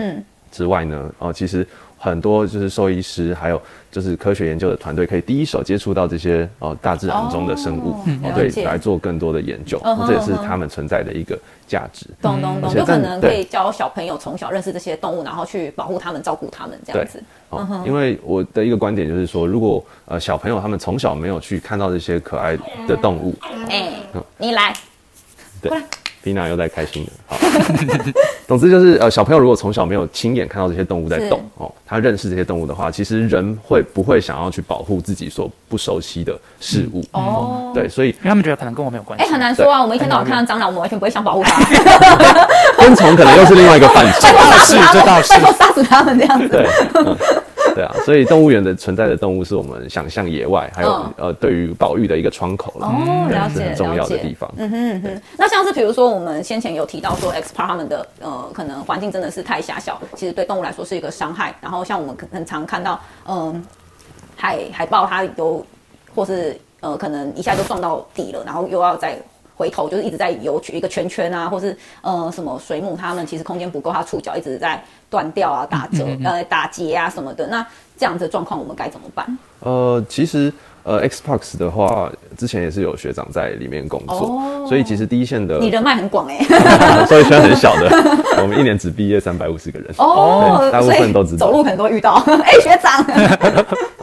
S4: 之外呢，哦，其实很多就是兽医师，还有就是科学研究的团队，可以第一手接触到这些哦大自然中的生物，
S3: 哦
S4: 哦
S3: 嗯了解
S4: 对，来做更多的研究，
S3: 嗯哼
S4: 哦这也是
S3: 嗯哼
S4: 他们存在的一个价值。
S3: 懂懂
S4: 嗯而
S3: 懂，
S4: 且
S3: 就可
S4: 但
S3: 能可以
S4: 对
S3: 教小朋友从小认识这些动物，然后去保护它们、照顾它们这样子。
S4: 哦，因为我的一个观点就是说，如果呃小朋友他们从小没有去看到这些可爱的动物，
S3: 哎、你来，
S4: 对
S3: 过来，
S4: 丽娜又在开心的。好， 总之就是呃，小朋友如果从小没有亲眼看到这些动物在
S3: 是
S4: 动哦，他认识这些动物的话，其实人会不会想要去保护自己所不熟悉的事物？
S3: 哦，
S4: 对，所以
S2: 因为他们觉得可能跟我没有关系。
S3: 哎，很难说啊，我们一天到晚看到蟑螂，我们完全不会想保护它，
S4: 昆虫可能又是另外一个范畴。
S3: 拜托杀死它
S2: 这
S3: 们，
S2: 倒是
S3: 拜托杀死它们这样子。
S4: 对、嗯，对啊，所以动物园的存在的动物是我们想象野外，还有、
S3: 嗯
S4: 呃对于保育的一个窗口了，
S3: 哦，
S4: 对
S3: 了
S4: 嗯是
S3: 解嗯
S4: 很重
S3: 了
S4: 要的
S3: 解。
S4: 地方。
S3: 那像是比如说我们先前有提到说 X Park 他们的呃可能环境真的是太狭小，其实对动物来说是一个伤害。然后像我们可很常看到，嗯、海海豹它有或是呃可能一下就撞到底了，然后又要再。回头就是一直在游去一个圈圈啊，或是呃什么水母，它们其实空间不够，它触角一直在断掉啊、打折、呃打结啊什么的。那这样子的状况，我们该怎么办？
S4: 呃，其实呃 Xbox 的话，之前也是有学长在里面工作，
S3: 哦
S4: 所以其实第一线的，
S3: 你人脉很广 哎、
S4: 所以虽然很小的，我们一年只毕业三百五十个人。
S3: 哦
S4: 对，大部
S3: 所以
S4: 分都知道
S3: 走路可能都会遇到。 哎、学长，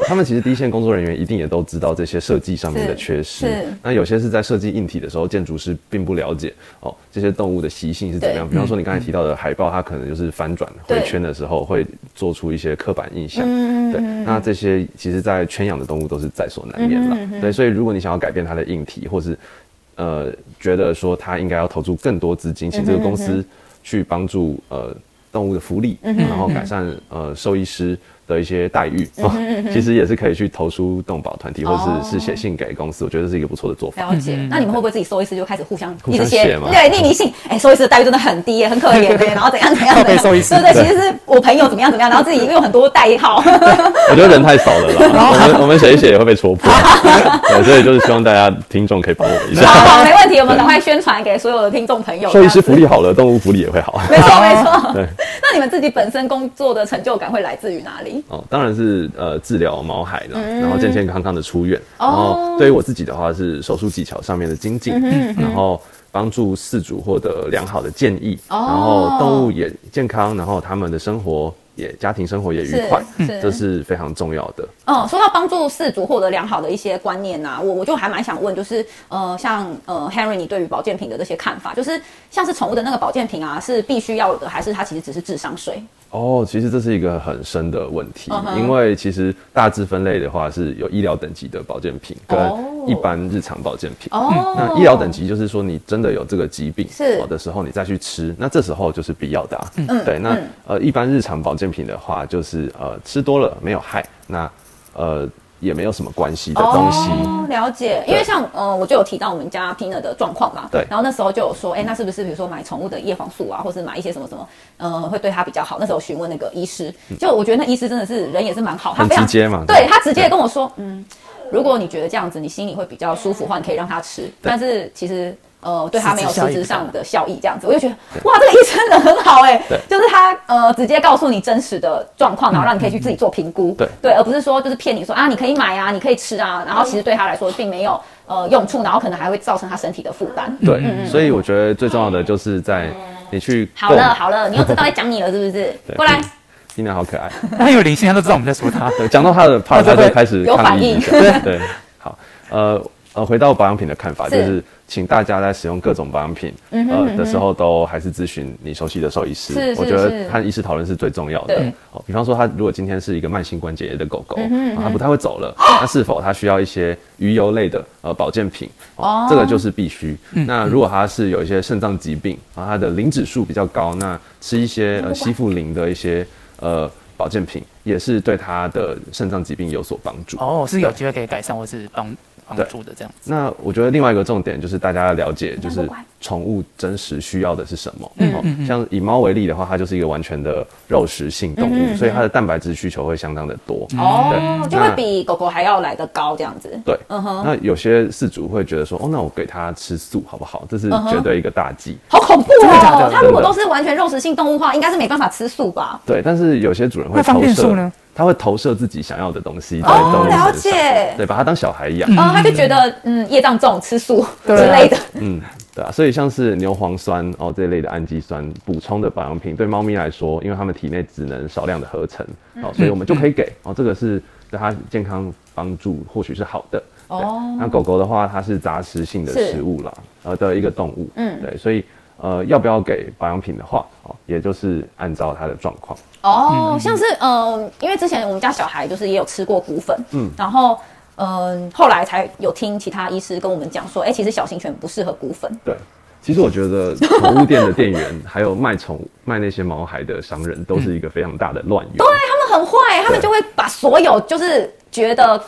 S4: 他们其实第一线工作人员一定也都知道这些设计上面的缺
S3: 是
S4: 失
S3: 是，
S4: 那有些是在设计硬体的时候，建筑师并不了解哦这些动物的习性是怎么样。比方说你刚才提到的海豹，它可能就是反转
S3: 嗯对嗯
S4: 回圈的时候会做出一些刻板印象，对，那这些其实在圈养的动物都是在所难
S3: 嗯
S4: 免啦。对，所以如果你想要改变它的硬体，或是呃觉得说它应该要投注更多资金，请
S3: 嗯
S4: 这个公司去帮助呃动物的福
S3: 嗯
S4: 利，然后改善呃兽医师的一些待遇，
S3: 嗯
S4: 其实也是可以去投书动保团体，或
S3: 哦
S4: 是是写信给公司，我觉得这是一个不错的 做法。
S3: 了解。那你们会不会自己收一次就开始互相
S4: 嗯互
S3: 一
S4: 相
S3: 直
S4: 写吗
S3: 对，匿名 信，哎、收一次的待遇真的很低耶，很可怜耶，然后怎样怎样
S2: 靠
S3: 怎
S2: 背
S3: 样，
S2: 收一次
S3: 对对，其实是我朋友怎么样怎么样，然后自己因为有很多代 号，
S4: 我觉得人太少了啦，我们我们写一写也会被 戳破，对，所以就是希望大家听众可以帮我们一下。
S3: 好好，没问题，我们赶快宣传给所有的听众朋友。
S4: 兽医师福
S3: 这样
S4: 利好了，动物福利也会好。
S3: 子，没错没 错。
S4: 对，
S3: 那你们自己本身工作的成就感会来自于哪里？
S4: 哦，当然是呃治疗毛孩啦，然后健健康康的出
S3: 嗯
S4: 院。
S3: 哦嗯
S4: 然后对于我自己的话是手术技巧上面的精进，然后帮助饲主获得良好的建议，
S3: 哦
S4: 然后动物也健康，然后他们的生活也家庭生活也愉快，嗯
S3: 是是
S4: 这是非常重要的。
S3: 嗯，说到帮助饲主获得良好的一些观念呐、啊我我就还蛮想问，就是呃，像呃 Henry，你对于保健品的这些看法，就是像是宠物的那个保健品啊，是必须要的，还是它其实只是智商税？
S4: 哦，其实这是一个很深的问题
S3: 嗯哼
S4: 因为其实大致分类的话是有医疗等级的保健品跟
S3: 哦
S4: 一般日常保健品。
S3: 哦，
S4: 嗯那医疗等级就是说，你真的有这个疾病
S3: 是
S4: 哦的时候，你再去吃，那这时候就是必要的、啊。嗯，对。那、
S3: 嗯
S4: 呃，一般日常保健品的话，就是呃吃多了没有害，那呃也没有什么关系的东西。
S3: 哦、了解，因为像呃，我就有提到我们家 Pina 的状况嘛，
S4: 对
S3: 然后那时候就有说，哎、那是不是比如说买宠物的叶黄素啊，或是买一些什么什么，呃，会对它比较好？那时候询问那个医师，就我觉得那医师真的是人也是蛮好，他
S4: 嗯很
S3: 非常
S4: 直接嘛
S3: 对
S4: 对
S3: 他直接跟我说，嗯，如果你觉得这样子你心里会比较舒服的话，你可以让它吃，但是其实。呃，对他没有实质上的效益，这样子，我就觉得哇，这个医生人很好哎、
S4: 对
S3: 就是他呃直接告诉你真实的状况，然后让你可以去自己做评估，
S4: 对
S3: 对，而不是说就是骗你说啊，你可以买啊，你可以吃啊，然后其实对他来说并没有呃用处，然后可能还会造成他身体的负担。
S4: 对，所以我觉得最重要的就是在你去
S3: 嗯好了
S4: 购
S3: 好了，你又知道在讲你了是不是？
S4: 对
S3: 过来，
S4: 今年好可爱。
S2: 他有灵性，他都知道我们在说他。
S4: 对，讲到他的
S2: 他
S4: part，他
S2: 就会
S4: 就开始
S3: 有
S4: 抗
S3: 反
S4: 议
S3: 应
S4: 一下。对对，好，呃呃，回到保养品的看法，
S3: 是嗯
S4: 就是请大家在使用各种保养品呃的时候，都还是咨询你熟悉的兽医师
S3: 是。
S4: 我
S3: 是
S4: 觉
S3: 是
S4: 得和医师讨论是最重要的
S3: 对。
S4: 好，比方说，他如果今天是一个慢性关节炎的狗狗，啊它不太会走了，那是否它需要一些鱼油类的呃保健品？哦，这个就是必须。那如果它是有一些肾脏疾病，然后它的磷指数比较高，那吃一些呃吸附磷的一些呃保健品，也是对它的肾脏疾病有所帮助。
S2: 哦，是有机会可以改善，或是帮帮助的这样。
S4: 那我觉得另外一个重点就是大家要了解，就
S3: 那嗯
S4: 是
S3: 不管嗯
S4: 宠物真实需要的是什么。哦，像以猫为例的话，它就是一个完全的肉食性动
S3: 嗯
S4: 物，所以它的蛋白质需求会相当的多。
S3: 哦，
S4: 嗯对嗯
S3: 就会
S4: 那
S3: 比嗯狗狗还要来得高这样子。
S4: 对，那有些饲主会觉得说，哦，那我给它吃素好不好？这
S3: 嗯
S4: 是绝对一个大忌。
S3: 好恐怖
S2: 的假
S3: 哦
S2: 的！
S3: 它如果都是完全肉食性动物的话，应该是没办法吃素吧？
S4: 对，但是有些主人会
S2: 那方
S4: 投
S2: 便素
S4: 射
S2: 呢，
S4: 他会投射自己想要的东西在动物身上，
S3: 哦了解
S4: 对，把它当小孩养。
S3: 嗯，他就觉得嗯业障重，吃素之
S2: 对啊
S3: 类的。
S4: 嗯，对啊，所以像是牛磺酸哦这一类的氨基酸补充的保养品，对猫咪来说，因为它们体内只能少量的合成，
S3: 嗯
S4: 哦，所以我们就可以给哦，这个是对它健康帮助或许是好的。对
S3: 哦
S4: 那狗狗的话，它是杂食性的
S3: 是
S4: 食物啦，呃的一个动物，嗯，对，所以呃要不要给保养品的话，哦，也就是按照他的状况。嗯
S3: 哦，像是嗯，因为之前我们家小孩就是也有吃过骨粉，嗯，然后嗯，后来才有听其他医师跟我们讲说，哎，其实小型犬不适合骨粉，
S4: 对，其实我觉得宠物店的店 员还有卖宠卖那些毛孩的商人，都是一个非常大的乱源。
S3: 哎，他们很坏，他们就会把所有就是觉得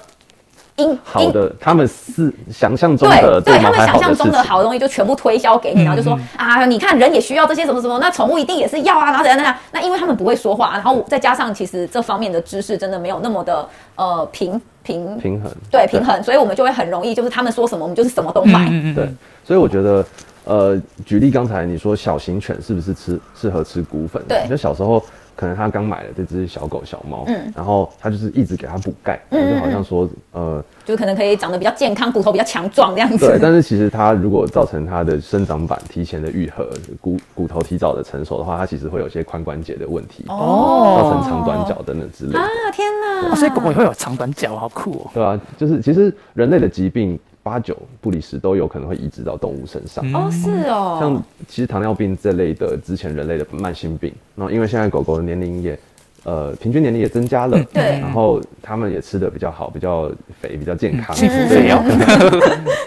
S3: 应
S4: 好
S3: 应
S4: 的，他们是想象中的
S3: 对对，他
S4: 毛
S3: 们
S4: 孩
S3: 想
S4: 好的
S3: 象
S4: 事
S3: 中
S4: 情嗯
S3: 的。好东西就全部推销给你，然后就说啊，你看人也需要这些什么什么，那宠物一定也是要啊，然后怎样怎样。那因为他们不会说话，然后再加上其实这方面的知识真的没有那么的呃平平
S4: 平衡
S3: 对平衡，所以我们就会很容易就是他们说什么我们就是什么都买。
S2: 嗯嗯
S4: 对，所以我觉得，呃，举例刚才你说小型犬是不是吃适合吃骨粉？啊
S3: 对
S4: 就小时候可能他刚买了这只小狗小猫，
S3: 嗯
S4: 然后他就是一直给它补钙，
S3: 嗯
S4: 就好像说， 呃，
S3: 就是可能可以长得比较健康，骨头比较强壮这样子。
S4: 对，但是其实它如果造成它的生长板提前的愈合，骨骨头提早的成熟的话，它其实会有一些髋关节的问题，
S3: 哦
S4: 造成长短脚等等之类的。
S3: 啊天哪！
S2: 哦所以狗狗也会有长短脚，好酷哦。
S4: 对啊，就是其实人类的疾病八九不离十都有可能会移植到动物身上。
S3: 哦是哦，
S4: 嗯像其实糖尿病这类的之前人类的慢性病，然后因为现在狗狗的年龄也，呃，平均年龄也增加了，
S3: 嗯对
S4: 然后它们也吃的比较好，比较肥，比较健
S3: 嗯
S4: 康，
S2: 幸福
S4: 所以
S2: 肥哦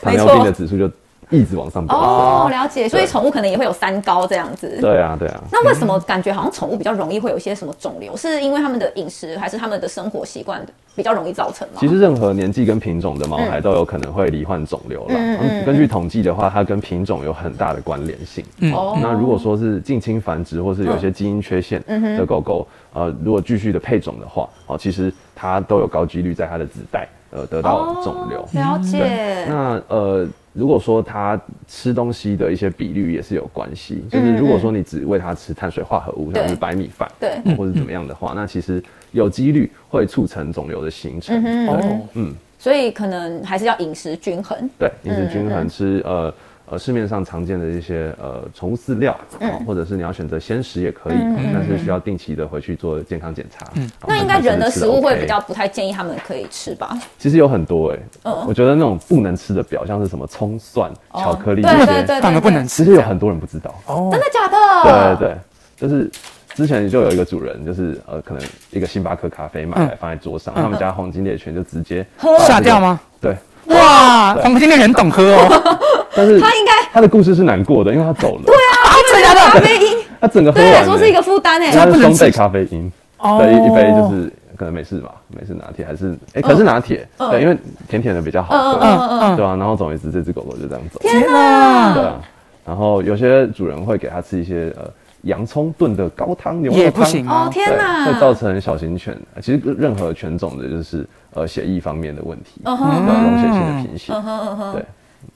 S4: 糖尿病的指数就一直往上飙。
S3: 哦了解，所以
S4: 啊对
S3: 宠物可能也会有三高这样子。
S4: 对啊，对啊，
S3: 那为什么感觉好像宠物比较容易会有一些什么肿瘤？是因为他们的饮食还是他们的生活习惯比较容易造成吗？
S4: 其实任何年纪跟品种的毛孩都有可能会罹患肿瘤了。
S3: 嗯嗯嗯嗯
S4: 嗯根据统计的话，它跟品种有很大的关联性。
S3: 哦
S4: 那如果说是近亲繁殖，或是有一些基因缺陷
S3: 嗯
S4: 的狗狗，呃，如果继续的配种的话，哦，其实它都有高几率在它的子代呃得到肿瘤。
S3: 哦了
S4: 对
S3: 解，
S4: 那呃，如果说它吃东西的一些比率也是有关系，就是如果说你只喂它吃碳水化合物，
S3: 对
S4: 像是白米饭，
S3: 嗯对
S4: 哦或者怎么样的话，那其实有几率会促成肿瘤的形成。
S2: 哦，
S4: 嗯，
S3: 所以可能还是要饮食均衡。
S4: 对，饮食
S3: 嗯
S4: 均衡吃呃呃市面上常见的一些呃宠物饲料、啊，
S3: 嗯
S4: 或者是你要选择鲜食也可以，但是需要定期的回去做健康检查。好
S3: 那应该人的食物会比。
S4: 看看是不是吃
S3: 较嗯
S4: OK
S3: 不太建议他们可以吃吧？
S4: 其实有很多哎、我觉得那种不能吃的表，像是什么葱蒜、巧克力这
S3: 哦对对
S4: 些，
S3: 对，
S2: 反而不能
S3: 对
S4: 其
S2: 吃
S4: 实
S2: 这
S4: 有
S2: 样。
S4: 很多人不知道。
S2: 哦，
S3: 对真的假
S4: 对
S3: 的？
S4: 对对，就是之前就有一个主人，就是呃，可能一个星巴克咖啡买来放在桌上，
S3: 嗯
S4: 他们家黄金猎犬就直接把这个
S2: 下掉？吗？
S4: 对，
S2: 哇，黄金猎人懂喝哦，
S4: 但是
S3: 他应该
S4: 他的故事是难过的，因为他走了。对啊，
S2: 真的假
S3: 咖
S2: 的？
S3: 啡因，
S4: 他整个喝完、
S3: 对，啊
S4: 欸，
S3: 说是一个负担
S4: 它
S2: 他
S3: 哎。
S2: 不
S4: 是
S2: 能
S4: 双
S2: 吃
S4: 倍咖啡因，
S2: 哦
S4: 对，一一杯就是可能美式吧，美式拿铁还是哎，可是拿铁，对，因为甜甜的比较好
S2: 嗯
S4: 喝，
S2: 嗯，
S4: 对啊，然后总而言之，这只狗狗就这样走，
S2: 天哪
S4: 对，啊，然后有些主人会给它吃一些呃洋葱炖的高汤牛肉汤，
S2: 也不行
S3: 哦
S2: 啊。
S3: 天
S4: 对，
S3: 哪！
S4: 会造成小型犬，呃其实任何犬种的就是呃血液方面的问题，
S2: 嗯
S4: 对，啊溶血性的贫血，对，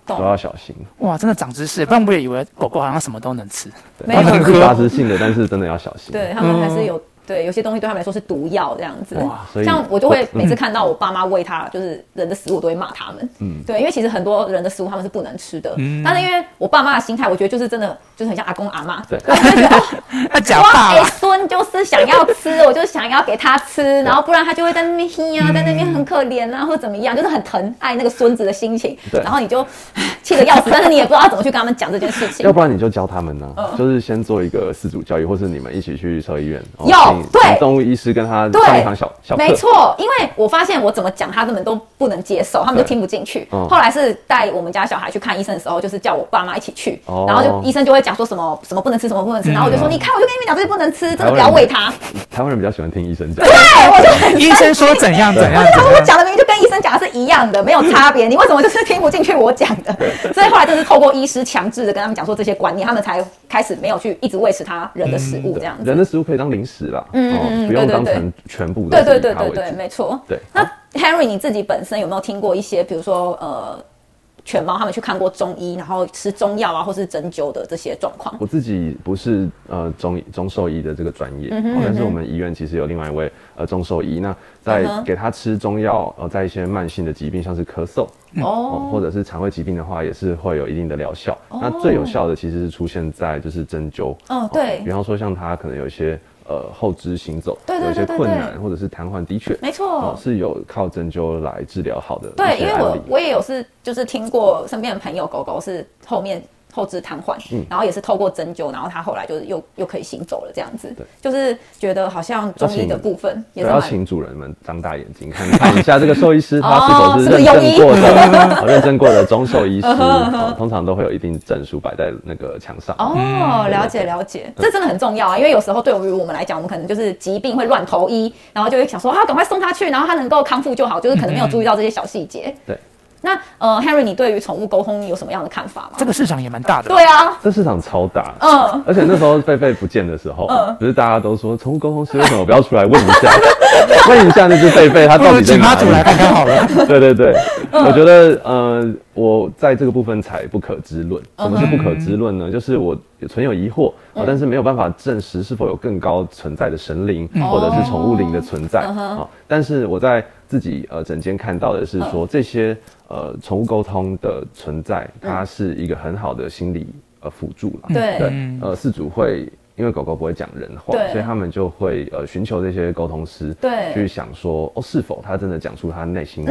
S3: 懂
S4: 都要小心，
S2: 哇，真的长知识，不然我也以为狗狗好像什么都能吃。
S4: 对，
S3: 没有
S4: 它们是杂食性的，但是真的要小心，
S3: 对他们还
S2: 嗯
S3: 是有、对有些东西对他们来说是毒药这样子
S4: 哇。所以嗯
S3: 像我就会每次看到我爸妈喂它，就是人的食物，我都会骂他们。嗯，对，因为其实很多人的食物他们是不能吃的，
S2: 嗯
S3: 但是因为我爸妈的心态，我觉得就是真的就是很像阿公阿妈。
S4: 对
S3: 他就觉得哦
S2: 那假
S3: 哇，
S2: 发
S3: 哎
S2: 啦，
S3: 孙就是想要吃，我就想要给他吃，然后不然他就会在那边嘿啊，在那边很可怜啊，或怎么样，就是很疼爱那个孙子的心情。
S4: 对
S3: 然后你就唉气得要死，但是你也不知道怎么去跟他们讲这件事情。
S4: 要不然你就教他们呢、
S3: 哦
S4: 就是先做一个饲主教育，或是你们一起去兽医院，哦
S3: 有
S4: 请
S3: 对
S4: 请动物医师跟他
S3: 对
S4: 上一堂小小课，
S3: 没，错，因为我发现我怎么讲，他们都不能接受，他们就
S4: 对
S3: 听不进去。
S4: 嗯
S3: 后来是带我们家小孩去看医生的时候，就是叫我爸妈一起去，
S4: 哦嗯
S3: 然后就医生就会讲说什么什么不能吃，什么不能吃，然后我就说、你看，我就跟你们讲，这是不能吃，真的不要喂 它。
S4: 台湾人比较喜欢听医生讲，
S3: 哎
S2: 医生说怎样怎样
S3: 他
S2: 怎
S3: 们我
S2: 样。
S3: 讲的明明就跟医生讲的是一样的，没有差 别，你为什么就是听不进去我讲的？所以后来就是透过医师强制的跟他们讲说这些观念，他们才开始没有去一直喂食他人的食物这样子。
S4: 嗯人的食物可以当零食啦，哦
S3: 嗯嗯
S4: 不用
S3: 对对
S4: 当
S3: 对
S4: 成全部
S3: 对
S4: 的
S3: 对
S4: 食
S3: 对
S4: 物它
S3: 对
S4: 为
S3: 对，
S4: 主。
S3: 没错。
S4: 对
S3: 那 Henry 你自己本身有没有听过一些，比如说呃，犬猫他们去看过中医，然后吃中药啊，或是针灸的这些状况？
S4: 我自己不是呃中中兽医的这个专业、哦但是我们医院其实有另外一位呃中兽医，那
S3: 嗯
S4: 在
S3: 哼
S4: 给他吃中药，呃，在一些慢性的疾病，像是咳嗽，哦，
S3: 哦，
S4: 或者是肠胃疾病的话，也是会有一定的疗效。那最有效的其实是出现在就是针灸。哦
S3: 嗯对
S4: 比方说像他可能有一些呃后肢行走，
S3: 对对
S4: 有一些
S3: 对对
S4: 困
S3: 对
S4: 难或者是瘫痪，的确
S3: 没
S4: 哦
S3: 错。
S4: 是有靠针灸来治疗好的一
S3: 对，
S4: 些
S3: 因为
S4: 案
S3: 我
S4: 例。
S3: 我也有是就是听过身边的朋友狗狗是后面。后肢瘫痪，
S4: 嗯
S3: 然后也是透过针灸，然后他后来就是又又可以行走了，这样子，就是觉得好像中医的部分也
S4: 对，
S3: 是
S4: 要
S3: 蛮
S4: 请主人们张大眼睛看看一下这个兽医师他是
S3: 哦
S4: 否
S3: 是
S4: 是
S3: 不是
S4: 认
S3: 庸医嗯
S4: 证过 的、哦认证过的中兽医师、哦通常都会有一定证书摆在那个墙上。嗯
S3: 哦，了解了解，这真的很重要啊，因为有时候对于我们来讲，我们可能就是疾病会乱投医，然后就会想说啊，赶快送他去，然后他能够康复就好，就是可能没有注意到这些小细节。
S4: 嗯对，
S3: 那呃，Henry，你对于宠物沟通有什么样的看法吗？
S2: 这个市场也蛮大的。
S3: 对啊，
S4: 这市场超大，
S3: 嗯，
S4: 而且那时候狒狒不见的时候，不是大家都说宠物沟通师为什么不要出来问一下， 问一下那只狒狒它
S2: 不
S4: 到
S2: 如
S4: 底在
S2: 哦请
S4: 哪
S2: 他组来
S4: 里？
S2: 看看好了。
S4: 对对对，
S3: 嗯
S4: 我觉得呃，我在这个部分才不可知论。
S3: 嗯
S4: 什么是不可知论呢？就是我存有疑惑，啊但是没有办法证实是否有更高存在的神灵
S3: 嗯
S4: 或者是宠物灵的存在啊。但是我在自己呃整间看到的是
S3: 嗯
S4: 说，这些呃宠物沟通的存在，它是一个很好的心理呃辅助啦。
S3: 嗯对
S4: 对
S2: 嗯，
S4: 呃，饲主会因为狗狗不会讲人话
S3: 对，
S4: 所以他们就会呃寻求这些沟通师，
S3: 对
S4: 去想说哦，是否他真的讲出他内
S3: 嗯
S4: 心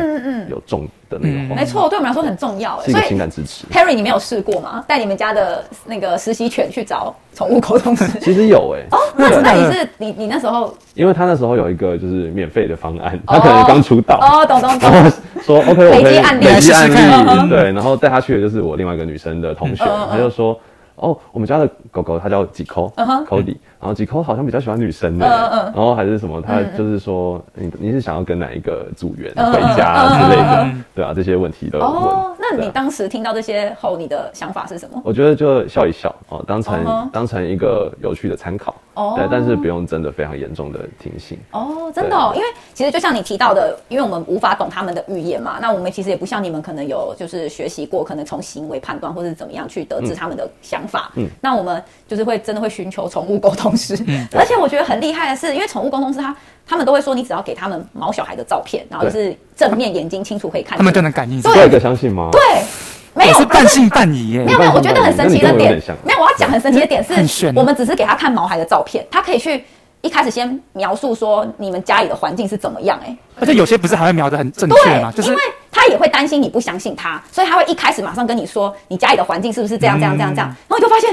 S4: 有重的那个话，
S3: 没错，对我们来说很重要欸。
S4: 是
S3: 嗯哎
S4: 一
S3: 所
S4: 个情
S3: 以
S4: 感支持。
S3: ，Henry，你没有试过吗？带你们家的那个实习犬去找宠物沟 通师？
S4: 其实有哎、
S3: 那那你是你你那时候
S4: 因为他那时候有一个就是免费的方案，他可能刚出道，
S3: 哦，懂懂懂
S4: 然，后 说哦 OK，我可
S3: 累积
S4: 以
S3: 案例
S4: 累积
S2: 来试
S4: 案
S2: 试看
S4: 例，对，然后带他去的就是我另外一个女生的同学，
S3: 哦嗯嗯嗯
S4: 他就说。哦，我们家的狗狗它叫几抠，Cody，然后几抠好像比较喜欢女生的，
S3: 嗯嗯嗯
S4: 然后还是什么，他就是说你你是想要跟哪一个组员回家之类的，对啊，这些问题都有问。
S3: 嗯哦，那
S4: 对
S3: 你
S4: 啊
S3: 当时听到这些后，你的想法是什么？
S4: 我觉得就笑一笑哦，当成、
S3: 嗯哼
S4: 当成一个有趣的参考，
S3: 哦
S4: 对，但是不用真的非常严重的听信。
S3: 哦，真的、哦，因为其实就像你提到的，因为我们无法懂他们的语言嘛，那我们其实也不像你们可能有就是学习过，可能从行为判断或是怎么样去得知他们的想法。嗯，那我们就是会真的会寻求宠物沟通师，
S2: 嗯
S3: 而且我觉得很厉害的是，因为宠物沟通师他他们都会说，你只要给他们毛小孩的照片，然后就是正面眼睛清楚可以看见，
S2: 他们就能感应出
S4: 第
S2: 来。
S4: 二个相信吗？
S3: 对，没
S2: 我
S3: 有
S2: 是半信半疑耶
S3: 没。有没有，我觉得很神奇的
S4: 那你跟我有
S3: 点
S4: 点像，
S3: 没有我要讲很神奇的点
S2: 很
S3: 是
S4: 啊
S2: 炫，
S3: 我们只是给他看毛孩的照片，他可以去一开始先描述说你们家里的环境是怎么样、哎，
S2: 而且有些不是还会瞄得很正确吗？就
S3: 对，
S2: 是
S3: 因为他也会担心你不相信他，所以他会一开始马上跟你说你家里的环境是不是这样这样这样这
S2: 嗯
S3: 样，然后你就发现，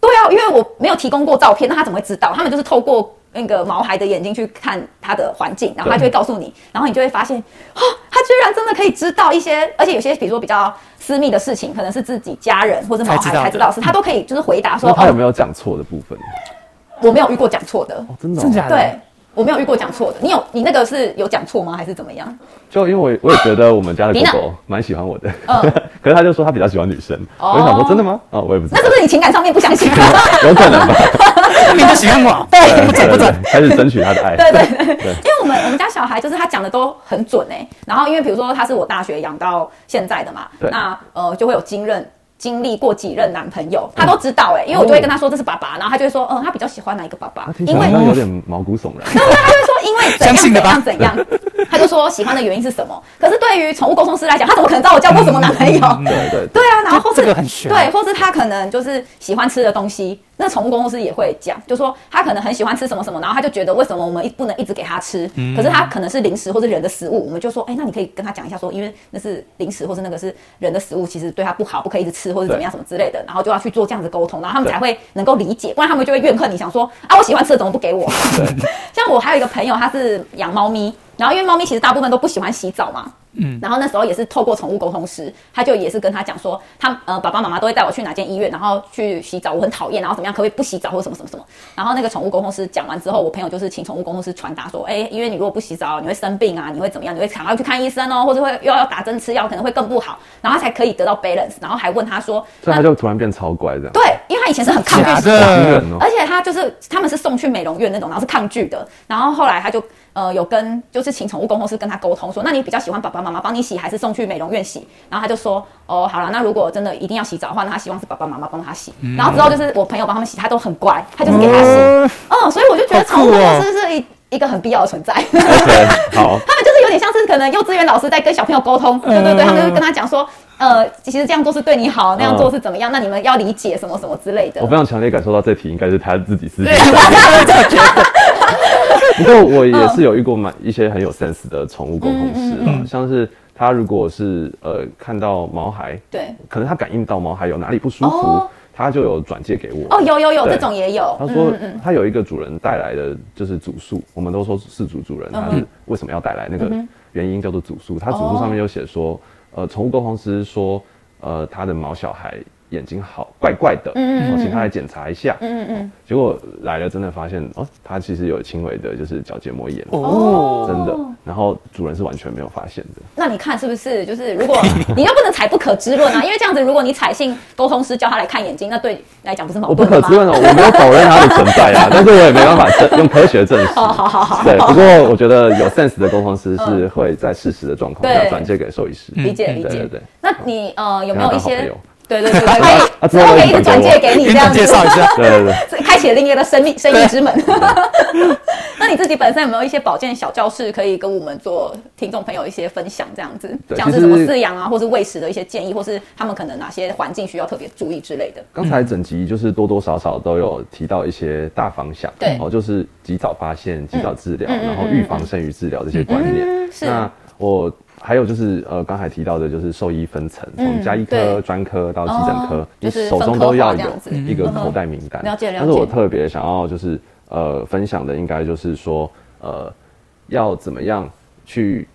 S3: 对啊，因为我没有提供过照片，那他怎么会知道？他们就是透过。那个毛孩的眼睛去看他的环境，然后他就会告诉你，然后你就会发现，哦，他居然真的可以知道一些，而且有些比如说比较私密的事情，可能是自己家人或者毛
S2: 才
S3: 孩
S2: 知道的
S3: 才知道的事，他都可以就是回答说，
S4: 那他有没
S3: 哦，
S4: 有讲错的部分？
S3: 我没有遇过讲错的，
S4: 哦，真的哦、
S2: 真假的？
S3: 对我没有遇过讲错的，你有你那个是有讲错吗？还是怎么样？
S4: 就因为我也我也觉得我们家的
S3: 你呢
S4: 狗狗蛮喜欢我的，
S3: 嗯
S4: 可是他就说他比较喜欢女生，
S3: 哦
S4: 我就想说真的吗？啊，我也不知
S3: 那是
S4: 道，
S3: 不是你情感上面不相信？
S4: 有可能吧，
S2: 他们就喜欢我。
S3: 对
S2: 不准不准，
S4: 开始争取他的爱，
S3: 对对对，因为我们我们家小孩就是他讲的都很准哎、然后因为比如说他是我大学养到现在的嘛，
S4: 对
S3: 那呃就会有经任。经历过几任男朋
S4: 嗯
S3: 友，他都知道哎、因为我就会跟他说这是爸爸，然后他就会说，嗯，他比较喜欢哪一个爸爸
S4: 哦他，啊听起
S3: 因
S4: 来
S3: 为
S4: 好像有点毛骨 悚然。
S3: 他就会说因 为怎
S2: 相信的吧
S3: 样怎样怎样， 他就说喜欢的原因是什么。可是对于宠物沟通师来讲，他怎么可能知道我交过什么男朋友？
S4: 嗯对对
S3: 对啊，然后或是
S2: 这个很玄
S3: 对，或是他可能就是喜欢吃的东西，那宠物公司也会讲，就说他可能很喜欢吃什么什么，然后他就觉得为什么我们一不能一直给他吃？
S2: 嗯
S3: 可是他可能是零食或是人的食物，我们就说，哎，那你可以跟他讲一下说，因为那是零食或是那个是人的食物，其实对他不好，不可以一直吃或是怎么样什么之类的，然后就要去做这样子沟通，然后他们
S4: 对
S3: 才会能够理解，不然他们就会怨恨你，想说啊，我喜欢吃的怎么不给我？ 像我还有一个朋友，他是养猫咪，然后因为猫咪其实大部分都不喜欢洗澡嘛，然后那时候也是透过宠物沟通师，他就也是跟他讲说，他呃爸爸妈妈都会带我去哪间医院，然后去洗澡，我很讨厌，然后怎么样，可不可以不洗澡或者什么什么什么。然后那个宠物沟通师讲完之后，我朋友就是请宠物沟通师传达说，哎，因为你如果不洗澡，你会生病啊，你会怎么样，你会想要去看医生哦，或者会又要打针吃药，可能会更不好，然后他才可以得到 balance。然后还问他说，
S4: 所以
S3: 那
S4: 他就突然变超乖这样，
S3: 对，因为他以前是很 抗拒
S2: 假
S3: 洗
S4: 好惊
S2: 的
S4: 人，哦。
S3: 而且他就是他们是送去美容院那种，然后是抗拒的。然后后来他就呃有跟就是请宠物沟通师跟他沟通说，那你比较喜欢爸爸妈妈帮你洗，还是送去美容院洗？然后他就说，哦，好了，那如果真的一定要洗澡的话，那他希望是爸爸妈妈帮他洗。然后之后就是我朋友帮他们洗，他都很乖，他就是给他洗。嗯，所以我就觉得宠物沟通师是一、一个很必要的存在。
S4: OK，好，
S3: 他们就是有点像是可能幼稚园老师在跟小朋友沟通，对对对，他们就会跟他讲说，呃，其实这样做是对你好，那样做是怎么样，那你们要理解什么什么之类的
S4: 我。非常强烈感受到这题应该是他自己思
S2: 对，
S4: 想。
S2: 我也这么觉 得。
S3: 嗯
S4: 不过我也是有遇过蛮一些很有 sense 的宠物沟通师啦，像是。他如果是呃看到毛孩，
S3: 对，
S4: 可能他感应到毛孩有哪里不舒服，
S3: 哦
S4: 他就有转借给我。
S3: 哦，有有有，
S4: 对
S3: 这种也有，
S4: 他说他有一个主人带来的就是主诉，我们都说是主主人，他是为什么要带来那个原因叫做主诉。他主诉上面有写说，呃，宠物沟通师说，呃，他的毛小孩眼睛好怪怪的，嗯请他来检查一下。嗯嗯嗯。结果来了，真的发现哦，他其实有轻微的就是角结膜炎，
S2: 哦，
S4: 真的。然后主人是完全没有发现的。
S3: 那你看是不是就是，如果 你又不能采不可知论啊，因为这样子，如果你采信沟通师叫他来看眼睛，那对你来讲不是矛
S4: 我不
S3: 盾的
S4: 可
S3: 吗
S4: 知？论，我没有否认它的存在 啊，但是我也没办法证用科学证实。
S3: 哦，好好好，
S4: 对，不过我觉得有 sense 的沟通师是会在适时的状况下
S3: 嗯对
S4: 转借给兽医师。
S3: 理解理
S4: 对对
S3: 解。
S4: 对，
S3: 那你呃有没有一
S4: 跟他当好朋
S3: 些
S4: 友？
S3: 对对对，可以
S4: 啊
S3: 之
S4: 之后
S3: 后可以一
S4: 可
S3: 直
S4: 以
S3: 转
S4: 给
S3: 借
S4: 我
S3: 给你
S2: 云
S3: 这样
S2: 总
S3: 子
S2: 介，绍一下，
S4: 对对对，
S3: 开启了另一个生命生意之门。 那你自己本身有没有一些保健小教室可以跟我们做听众朋友一些分享？这样子，
S4: 对
S3: 讲
S4: 其
S3: 是什么
S4: 实
S3: 饲养啊，或是喂食的一些建议，或是他们可能哪些环境需要特别注意之类的。
S4: 刚才整集就是多多少少都有提到一些大方向，
S3: 对嗯
S4: 哦，就是及早发现、及早治疗，然后预防胜于治疗这些观念。
S3: 是
S4: 那我还有就是呃，刚才提到的就是兽医分层，从加医科、
S3: 嗯对
S4: 专科到急诊科
S3: 哦，
S4: 你
S3: 就是
S4: 手中
S3: 分科化
S4: 都要
S3: 这
S4: 有
S3: 样子
S4: 一个口袋名单。
S3: 嗯了解了解
S4: 但是我特别想要就是呃分享的，应该就是说呃要怎么样去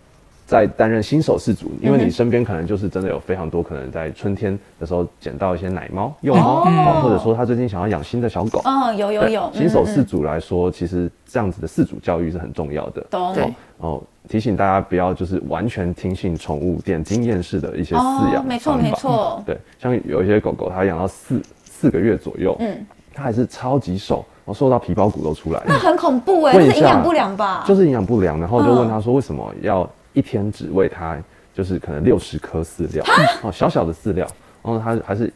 S4: 在担任新手饲主，因
S3: 嗯
S4: 为你身边可能就是真的有非常多可能在春天的时候捡到一些奶猫、幼猫，哦或者说他最近想要养新的小狗。
S3: 哦，有有
S4: 对
S3: 有，
S4: 新手
S3: 嗯嗯
S4: 饲主来说，其实这样子的饲主教育是很重要的。
S3: 懂
S2: 对，
S4: 哦，提醒大家不要就是完全听信宠物店经验式的一些饲
S3: 哦
S4: 养，
S3: 没错
S4: 方法嗯
S3: 没。错，
S4: 对，像有一些狗狗，它养到四四个月左右，嗯，它还是超级瘦，我瘦到皮包骨都出来
S3: 那
S4: 了，
S3: 很恐怖哎，
S4: 问
S3: 这
S4: 一下
S3: 是营养不良吧？
S4: 就是是营养不良。然后就问他说，为什么要一天只喂它就是可能六十颗饲料，哦，小小的饲料，然后它还是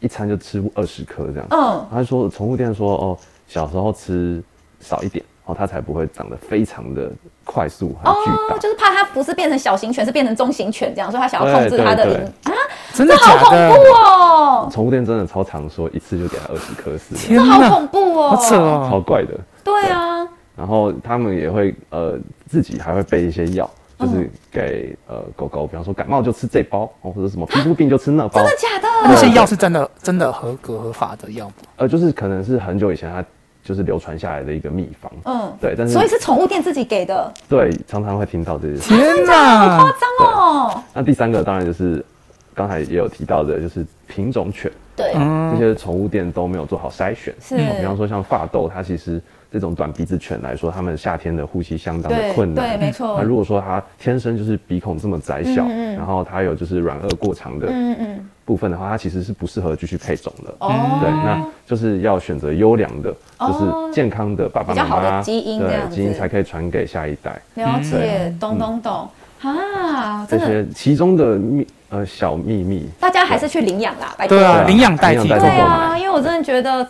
S4: 一餐就吃二十颗这样。
S3: 嗯，
S4: 他说宠物店说哦，小时候吃少一点，哦，它才不会长得非常的快速和巨大。
S3: 哦，就是怕它不是变成小型犬，是变成中型犬这样，所以它想要控制
S4: 对对
S3: 它的
S4: 对嗯
S3: 饮，啊
S2: 真的
S3: 这好
S2: 假
S3: 恐
S2: 的？
S3: 怖哦，
S4: 宠物店真的超常说一次就给它二十颗饲料，
S2: 天
S3: 这好
S2: 哪，
S3: 恐怖哦，
S4: 嗯
S2: 好扯哦！
S4: 超怪的。
S3: 对啊，
S4: 然后他们也会呃自己还会备一些药，
S3: 哦
S4: 就是给呃狗狗，比方说感冒就吃这包，哦或者什么皮肤病就吃那包
S3: 哦真，的假的？
S2: 那些药是真的真的合格合法的药吗？
S4: 呃就是可能是很久以前它就是流传下来的一个秘方。
S3: 嗯，
S4: 对，但是
S3: 所以是宠物店自己给的，
S4: 对张常会听到这些事。
S2: 天哪，
S3: 啊夸张哦。
S4: 那第三个当然就是刚才也有提到的，就是品种犬。
S3: 对，
S4: 这些宠物店都没有做好筛选。
S3: 是
S4: 哦嗯比方说像发豆，它其实这种短鼻子犬来说，它们夏天的呼吸相当的
S3: 对
S4: 困难。
S3: 对没错
S4: 那如果说它天生就是鼻孔这么窄小，然后它有就是软腭过长的
S3: 嗯嗯，
S4: 部分的话，它其实是不适合继续配种的。
S3: 哦，
S4: 嗯对，那就是要选择优良的，
S3: 哦
S4: 就是健康的爸爸
S3: 比较
S4: 妈
S3: 好的
S4: 妈
S3: 基因这样
S4: 对
S3: 子
S4: 基因才可以传给下一代。
S3: 了解，懂懂懂啊，
S4: 嗯这
S3: 真的，
S4: 些其中的秘呃小秘密，
S3: 大家还是去领养啦，拜托。
S2: 对啊，
S4: 对啊
S2: 领养代替
S4: 领养代
S3: 对
S4: 替购买
S3: 啊，因为我真的觉得，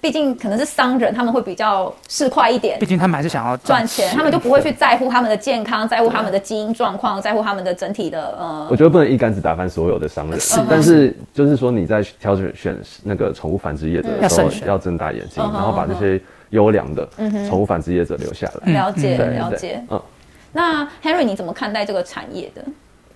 S3: 毕竟可能是商人，他们会比较市侩一点
S2: 毕。竟他们还是想要
S3: 赚钱，他们就不会去在乎他们的健康，在乎他们的基因状况，在乎他们的整体的呃
S4: 啊我觉得不能一竿子打翻所有的商人，啊但是就是说你在挑选选那个宠物繁殖业者的时
S2: 要慎，
S4: 候
S2: 选
S4: 要睁大眼睛，
S3: 嗯
S4: 然后把这些优良的宠物繁殖业者留下来。
S3: 了解
S4: 嗯对
S3: 了
S4: 对
S3: 解。
S4: 嗯，
S3: 那 Henry 你怎么看待这个产业的？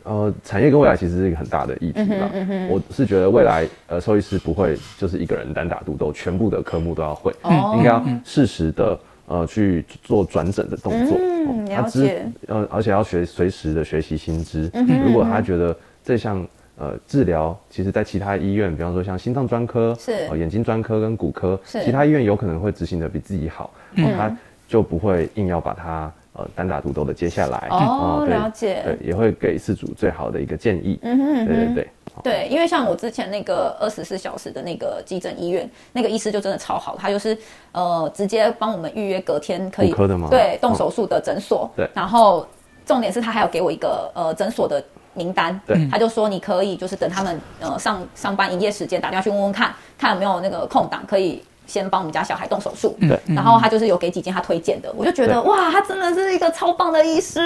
S4: 呃，产业跟未来其实是一个很大的议题
S3: 嗯
S4: 吧。我是觉得未来呃，兽医师不会就是一个人单打独斗，全部的科目都要会，
S3: 哦
S4: 应该要适时的。呃，去做转诊的动作，
S3: 嗯
S4: 哦
S3: 了
S4: 他知
S3: 解嗯
S4: 呃，而且要学随时的学习新知。如果他觉得这项呃治疗，其实在其他医院，比方说像心脏专科、
S3: 是
S4: 呃眼睛专科跟骨科，
S3: 是嗯
S4: 其他医院有可能会执行的比自己好，哦他就不会硬要把它呃单打独斗的接下来。
S3: 哦
S4: 呃对
S3: 了解
S4: 对，也会给饲主最好的一个建议。嗯
S3: 哼嗯哼
S4: 对对对。
S3: 对，因为像我之前那个二十四小时的那个急诊医院，那个医师就真的超好，他就是呃直接帮我们预约隔天可以
S4: 骨科的吗嗯
S3: 对，动手术的诊所。
S4: 对
S3: 然后重点是他还有给我一个呃诊所的名单，
S4: 对
S3: 他就说你可以就是等他们呃上上班营业时间打电话去问问看，看有没有那个空档可以。先帮我们家小孩动手
S2: 嗯
S3: 术，
S4: 对
S3: 然后他就是有给几间他推荐的，我就觉得
S4: 对
S3: 哇，他真的是一个超棒的医师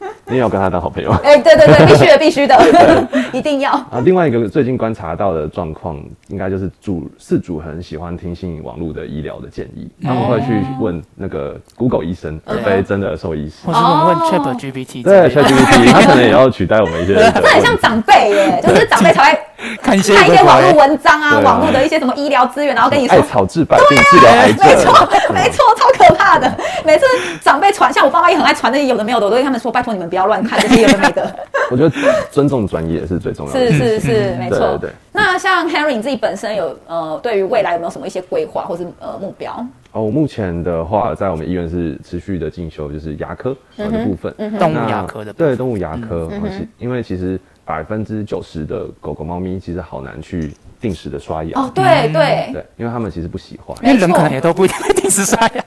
S4: 对， 你也要跟他当好朋友。
S3: 哎、对对对，必须的，必须的， 一定要。
S4: 啊，另外一个最近观察到的状况，应该就是主是主很喜欢听信网络的医疗的建议，
S3: 嗯
S4: 他们会去问那个 Google 医生，而非真的兽医师
S2: 或。是我们问
S3: 哦
S2: Chat GPT 之 类的
S4: 对 ChatGPT，它可能也要取代我们一些人的问题。
S3: 这很像长辈耶，就是长辈才会
S2: 看一些
S3: 看一些网络文章啊，
S4: 对啊
S3: 网络的一些什么医疗资源，然后跟你说啊
S4: 艾。草治百病，治疗癌症。嗯
S3: 没错，没错，超可怕的。每次长辈传，像我爸妈也很爱传那些有的没有的，我都跟他们说，拜托你们不要乱看这些有的没的。
S4: 我觉得尊重专业是最重要的。
S3: 是是是，没错。
S4: 嗯对对
S3: 那像 Henry 你自己本身有呃，对于未来有没有什么一些规划或是呃目标？
S4: 哦，目前的话，在我们医院是持续的进修，就是牙科
S3: 嗯
S4: 呃的部分，
S2: 动物
S4: 那
S2: 牙科的部分嗯
S4: 对动物牙科，然后其因为其实百分之九十的狗狗、猫咪其实好难去定时的刷牙，
S3: 哦，对
S4: 嗯
S3: 对，
S4: 对，因为它们其实不喜欢，
S2: 因为人可能也都不一定会定时刷牙。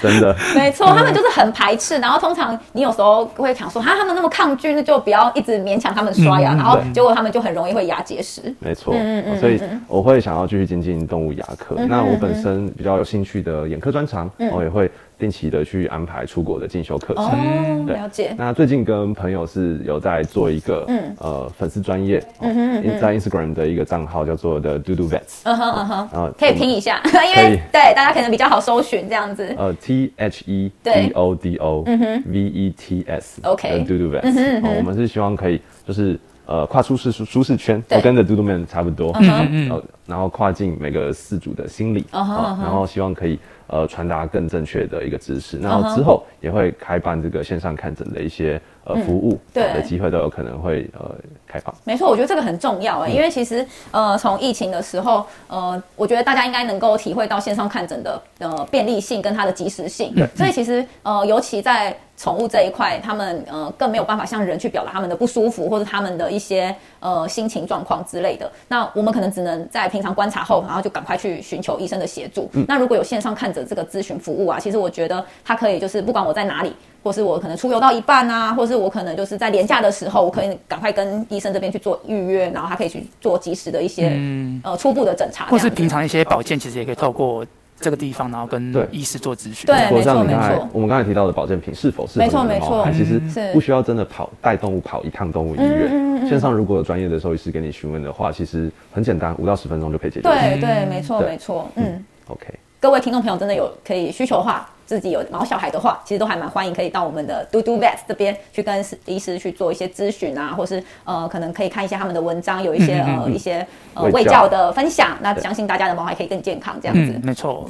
S4: 真的。
S3: 没错，他们就是很排斥。然后通常你有时候会想说，哈，他们那么抗拒，那就不要一直勉强他们刷牙，
S2: 嗯
S3: 然后结果他们就很容易会牙结石。
S4: 没
S3: 嗯
S4: 错，哦所以我会想要继续精进动物牙科。那
S3: 嗯
S4: 我本身比较有兴趣的眼科专长，我、也会定期的去安排出国的进修课程。
S3: 哦，
S4: 对
S3: 了解。嗯
S4: 那最近跟朋友是有在做一个、呃粉丝专业，哦在 Instagram 的一个账号叫做的 d o d o Vets，哦
S3: 嗯哼嗯哼，
S4: 然后
S3: 可以拼一下， 因为
S4: 可以
S3: 对大家可能比较好搜寻这样子。
S4: 呃 T H E
S3: 对
S4: D O D O V E T S
S3: OK 嗯
S4: d o d o Vets，、哦、我们是希望可以就是呃跨出舒适舒适圈，
S3: 对
S4: 我跟 The d o d o Man 差不多，
S2: 嗯
S4: 呃，然后跨进每个饲主的心理，
S3: 嗯哼
S4: 啊
S3: 嗯哼嗯
S4: 然后希望可以呃传达更正确的一个知识。然后之后也会开办这个线上看诊的一些呃服务，
S3: 嗯对
S4: 呃的机会都有可能会呃开放。
S3: 没错，我觉得这个很重要
S4: 嗯
S3: 哎、因为其实呃，从疫情的时候，呃，我觉得大家应该能够体会到线上看诊的呃便利性跟它的及时性。
S4: 嗯
S3: 所以其实呃，尤其在宠物这一块，他们呃更没有办法向人去表达他们的不舒服或者他们的一些呃心情状况之类的。那我们可能只能在平常观察后，
S2: 嗯
S3: 然后就赶快去寻求医生的协助。那如果有线上看诊这个咨询服务啊，其实我觉得它可以就是不管我在哪里，或是我可能出游到一半啊，或是我可能就是在廉价的时候，我可以赶快跟医生这边去做预约，然后他可以去做及时的一些、呃初步的诊查这样子，
S2: 嗯或是平常一些保健，其实也可以透过这个地方，然后跟
S4: 对
S2: 医师做咨询。
S3: 对
S4: 或者像
S3: 没错
S4: 你刚才
S3: 没错
S4: 我们刚才提到的保健品是否适合
S3: 没错
S4: 你的
S3: 没
S4: 猫孩，
S3: 错
S4: 其实
S3: 是嗯
S4: 不需要真的跑带动物跑一趟动物医院。线上如果有专业的兽医师给你询问的话，其实很简单，五到十分钟就可以解决。
S3: 对对，没错
S4: 对
S3: 没错，嗯。
S4: ，OK，
S3: 各位听众朋友真的有可以需求的话，自己有毛小孩的话，其实都还蛮欢迎可以到我们的嘟嘟 Vet 这边去跟医师去做一些咨询啊，或是呃可能可以看一下他们的文章，有一
S2: 嗯
S3: 些呃一些呃
S4: 喂
S3: 喂
S4: 教
S3: 教的分享，那相信大家的毛孩可以更健康这样子
S2: 嗯，。没错，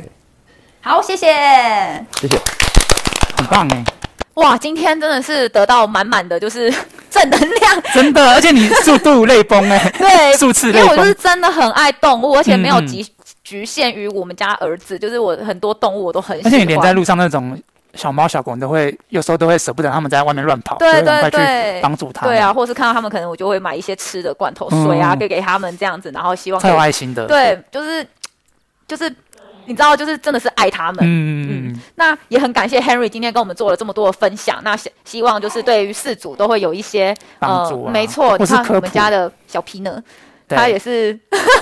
S3: 好，谢谢。
S4: 谢谢。
S2: 很棒哎，
S1: 哇，今天真的是得到满满的就是正能 量，
S2: 真的，而且你速度泪崩哎，
S1: 对，
S2: 数次
S1: 因
S2: 泪
S1: 为我就是
S2: 崩。
S1: 真的很爱动物，而且没有
S2: 嗯嗯
S1: 局局限于我们家儿子，就是我很多动物我都很喜
S2: 而
S1: 欢。
S2: 且你连在路上那种小猫小狗，你都会有时候都会舍不得它们在外面乱跑，
S1: 对
S2: 就会赶
S1: 对
S2: 快
S1: 对
S2: 去帮助它。
S1: 对啊，，或是看到他们，可能我就会买一些吃的罐头水啊，
S2: 嗯
S1: 给给他们这样子，然后希望可
S2: 超
S1: 以
S2: 有爱心的。，
S1: 对，就是就是你知道，就是真的是爱他们。
S2: 嗯，
S1: 那也很感谢 Henry 今天跟我们做了这么多的分享，那希希望就是对于四组都会有一些呃
S2: 帮助啊
S1: 没错，
S2: 或
S1: 你
S2: 是
S1: 看
S2: 科
S1: 我们
S2: 普
S1: 家的小皮呢，
S2: 对
S1: 他也 是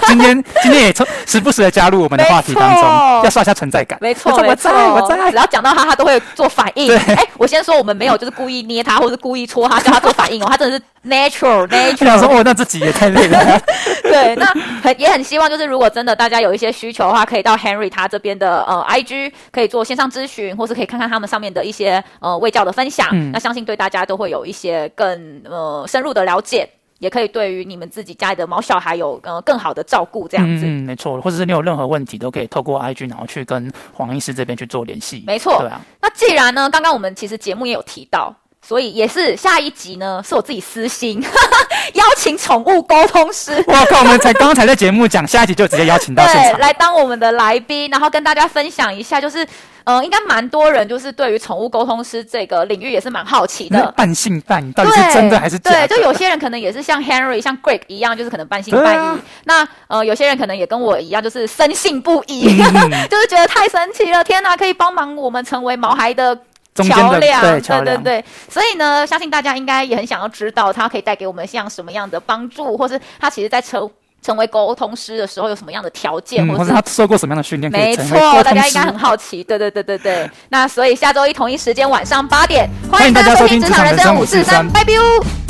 S2: 今天今天也从时不时的加入我们的话题当
S1: 没
S2: 中
S1: 错，
S2: 要刷一下存在感。
S1: 没错，
S2: 我在
S1: 没
S2: 我
S1: 错
S2: 在我在
S1: 只。要讲到他，他都会做反应。
S2: 对
S1: 哎，我先说我们没有就是故意捏他，或者是故意戳他，叫他做反应哦，他真的是 natural
S2: 我想说，
S1: natural。
S2: 哦，那自己也太累了。
S1: 对，那很也很希望就是如果真的大家有一些需求的话，可以到 Henry 他这边的呃 IG 可以做线上咨询，或是可以看看他们上面的一些呃卫教的分享。
S2: 嗯
S1: 那相信对大家都会有一些更呃深入的了解。也可以对于你们自己家里的毛小孩有呃更好的照顾， 这样子。
S2: 嗯，嗯没错，或者是你有任何问题，都可以透过 IG，然后去跟黄医师这边去做联系。
S1: 没错
S2: 对啊，
S1: 那既然呢，刚刚我们其实节目也有提到，所以也是下一集呢，是我自己私心 邀请宠物沟通师。
S2: 我靠，我们才刚才在节目讲，下一集就直接邀请到现
S1: 对，
S2: 场。
S1: 来当我们的来宾，然后跟大家分享一下，就是，呃，应该蛮多人就是对于宠物沟通师这个领域也是蛮好奇
S2: 你是
S1: 的。
S2: 半信半疑，到底
S1: 对，
S2: 是真的还是假的？
S1: 对，就有些人可能也是像 Henry、像 Greg 一样，就是可能半信
S2: 对啊
S1: 半疑。那呃，有些人可能也跟我一样，就是深信不疑，
S2: 嗯
S1: 就是觉得太神奇了，天哪，可以帮忙我们成为毛孩的。
S2: 中间
S1: 桥
S2: 的
S1: 梁，
S2: 对桥
S1: 对
S2: 梁
S1: 对，所以呢，相信大家应该也很想要知道它可以带给我们像什么样的帮助，或是它其实在成
S3: 成为沟通师的时候有什么样的条件，
S2: 嗯，
S3: 或
S2: 或者
S3: 是
S2: 他受过什么样的训练可以
S3: 没
S2: 成为沟
S3: 错，大
S2: 通
S3: 家应
S2: 师
S3: 该？很好奇。对对对对对。那所以下周一同一时间晚上八点，
S2: 欢迎大家
S3: 收
S2: 收
S3: 听《职
S2: 听职
S3: 场
S2: 场
S3: 人
S2: 人
S3: 生
S2: 生
S3: 五四三
S2: 543》，
S3: 拜拜。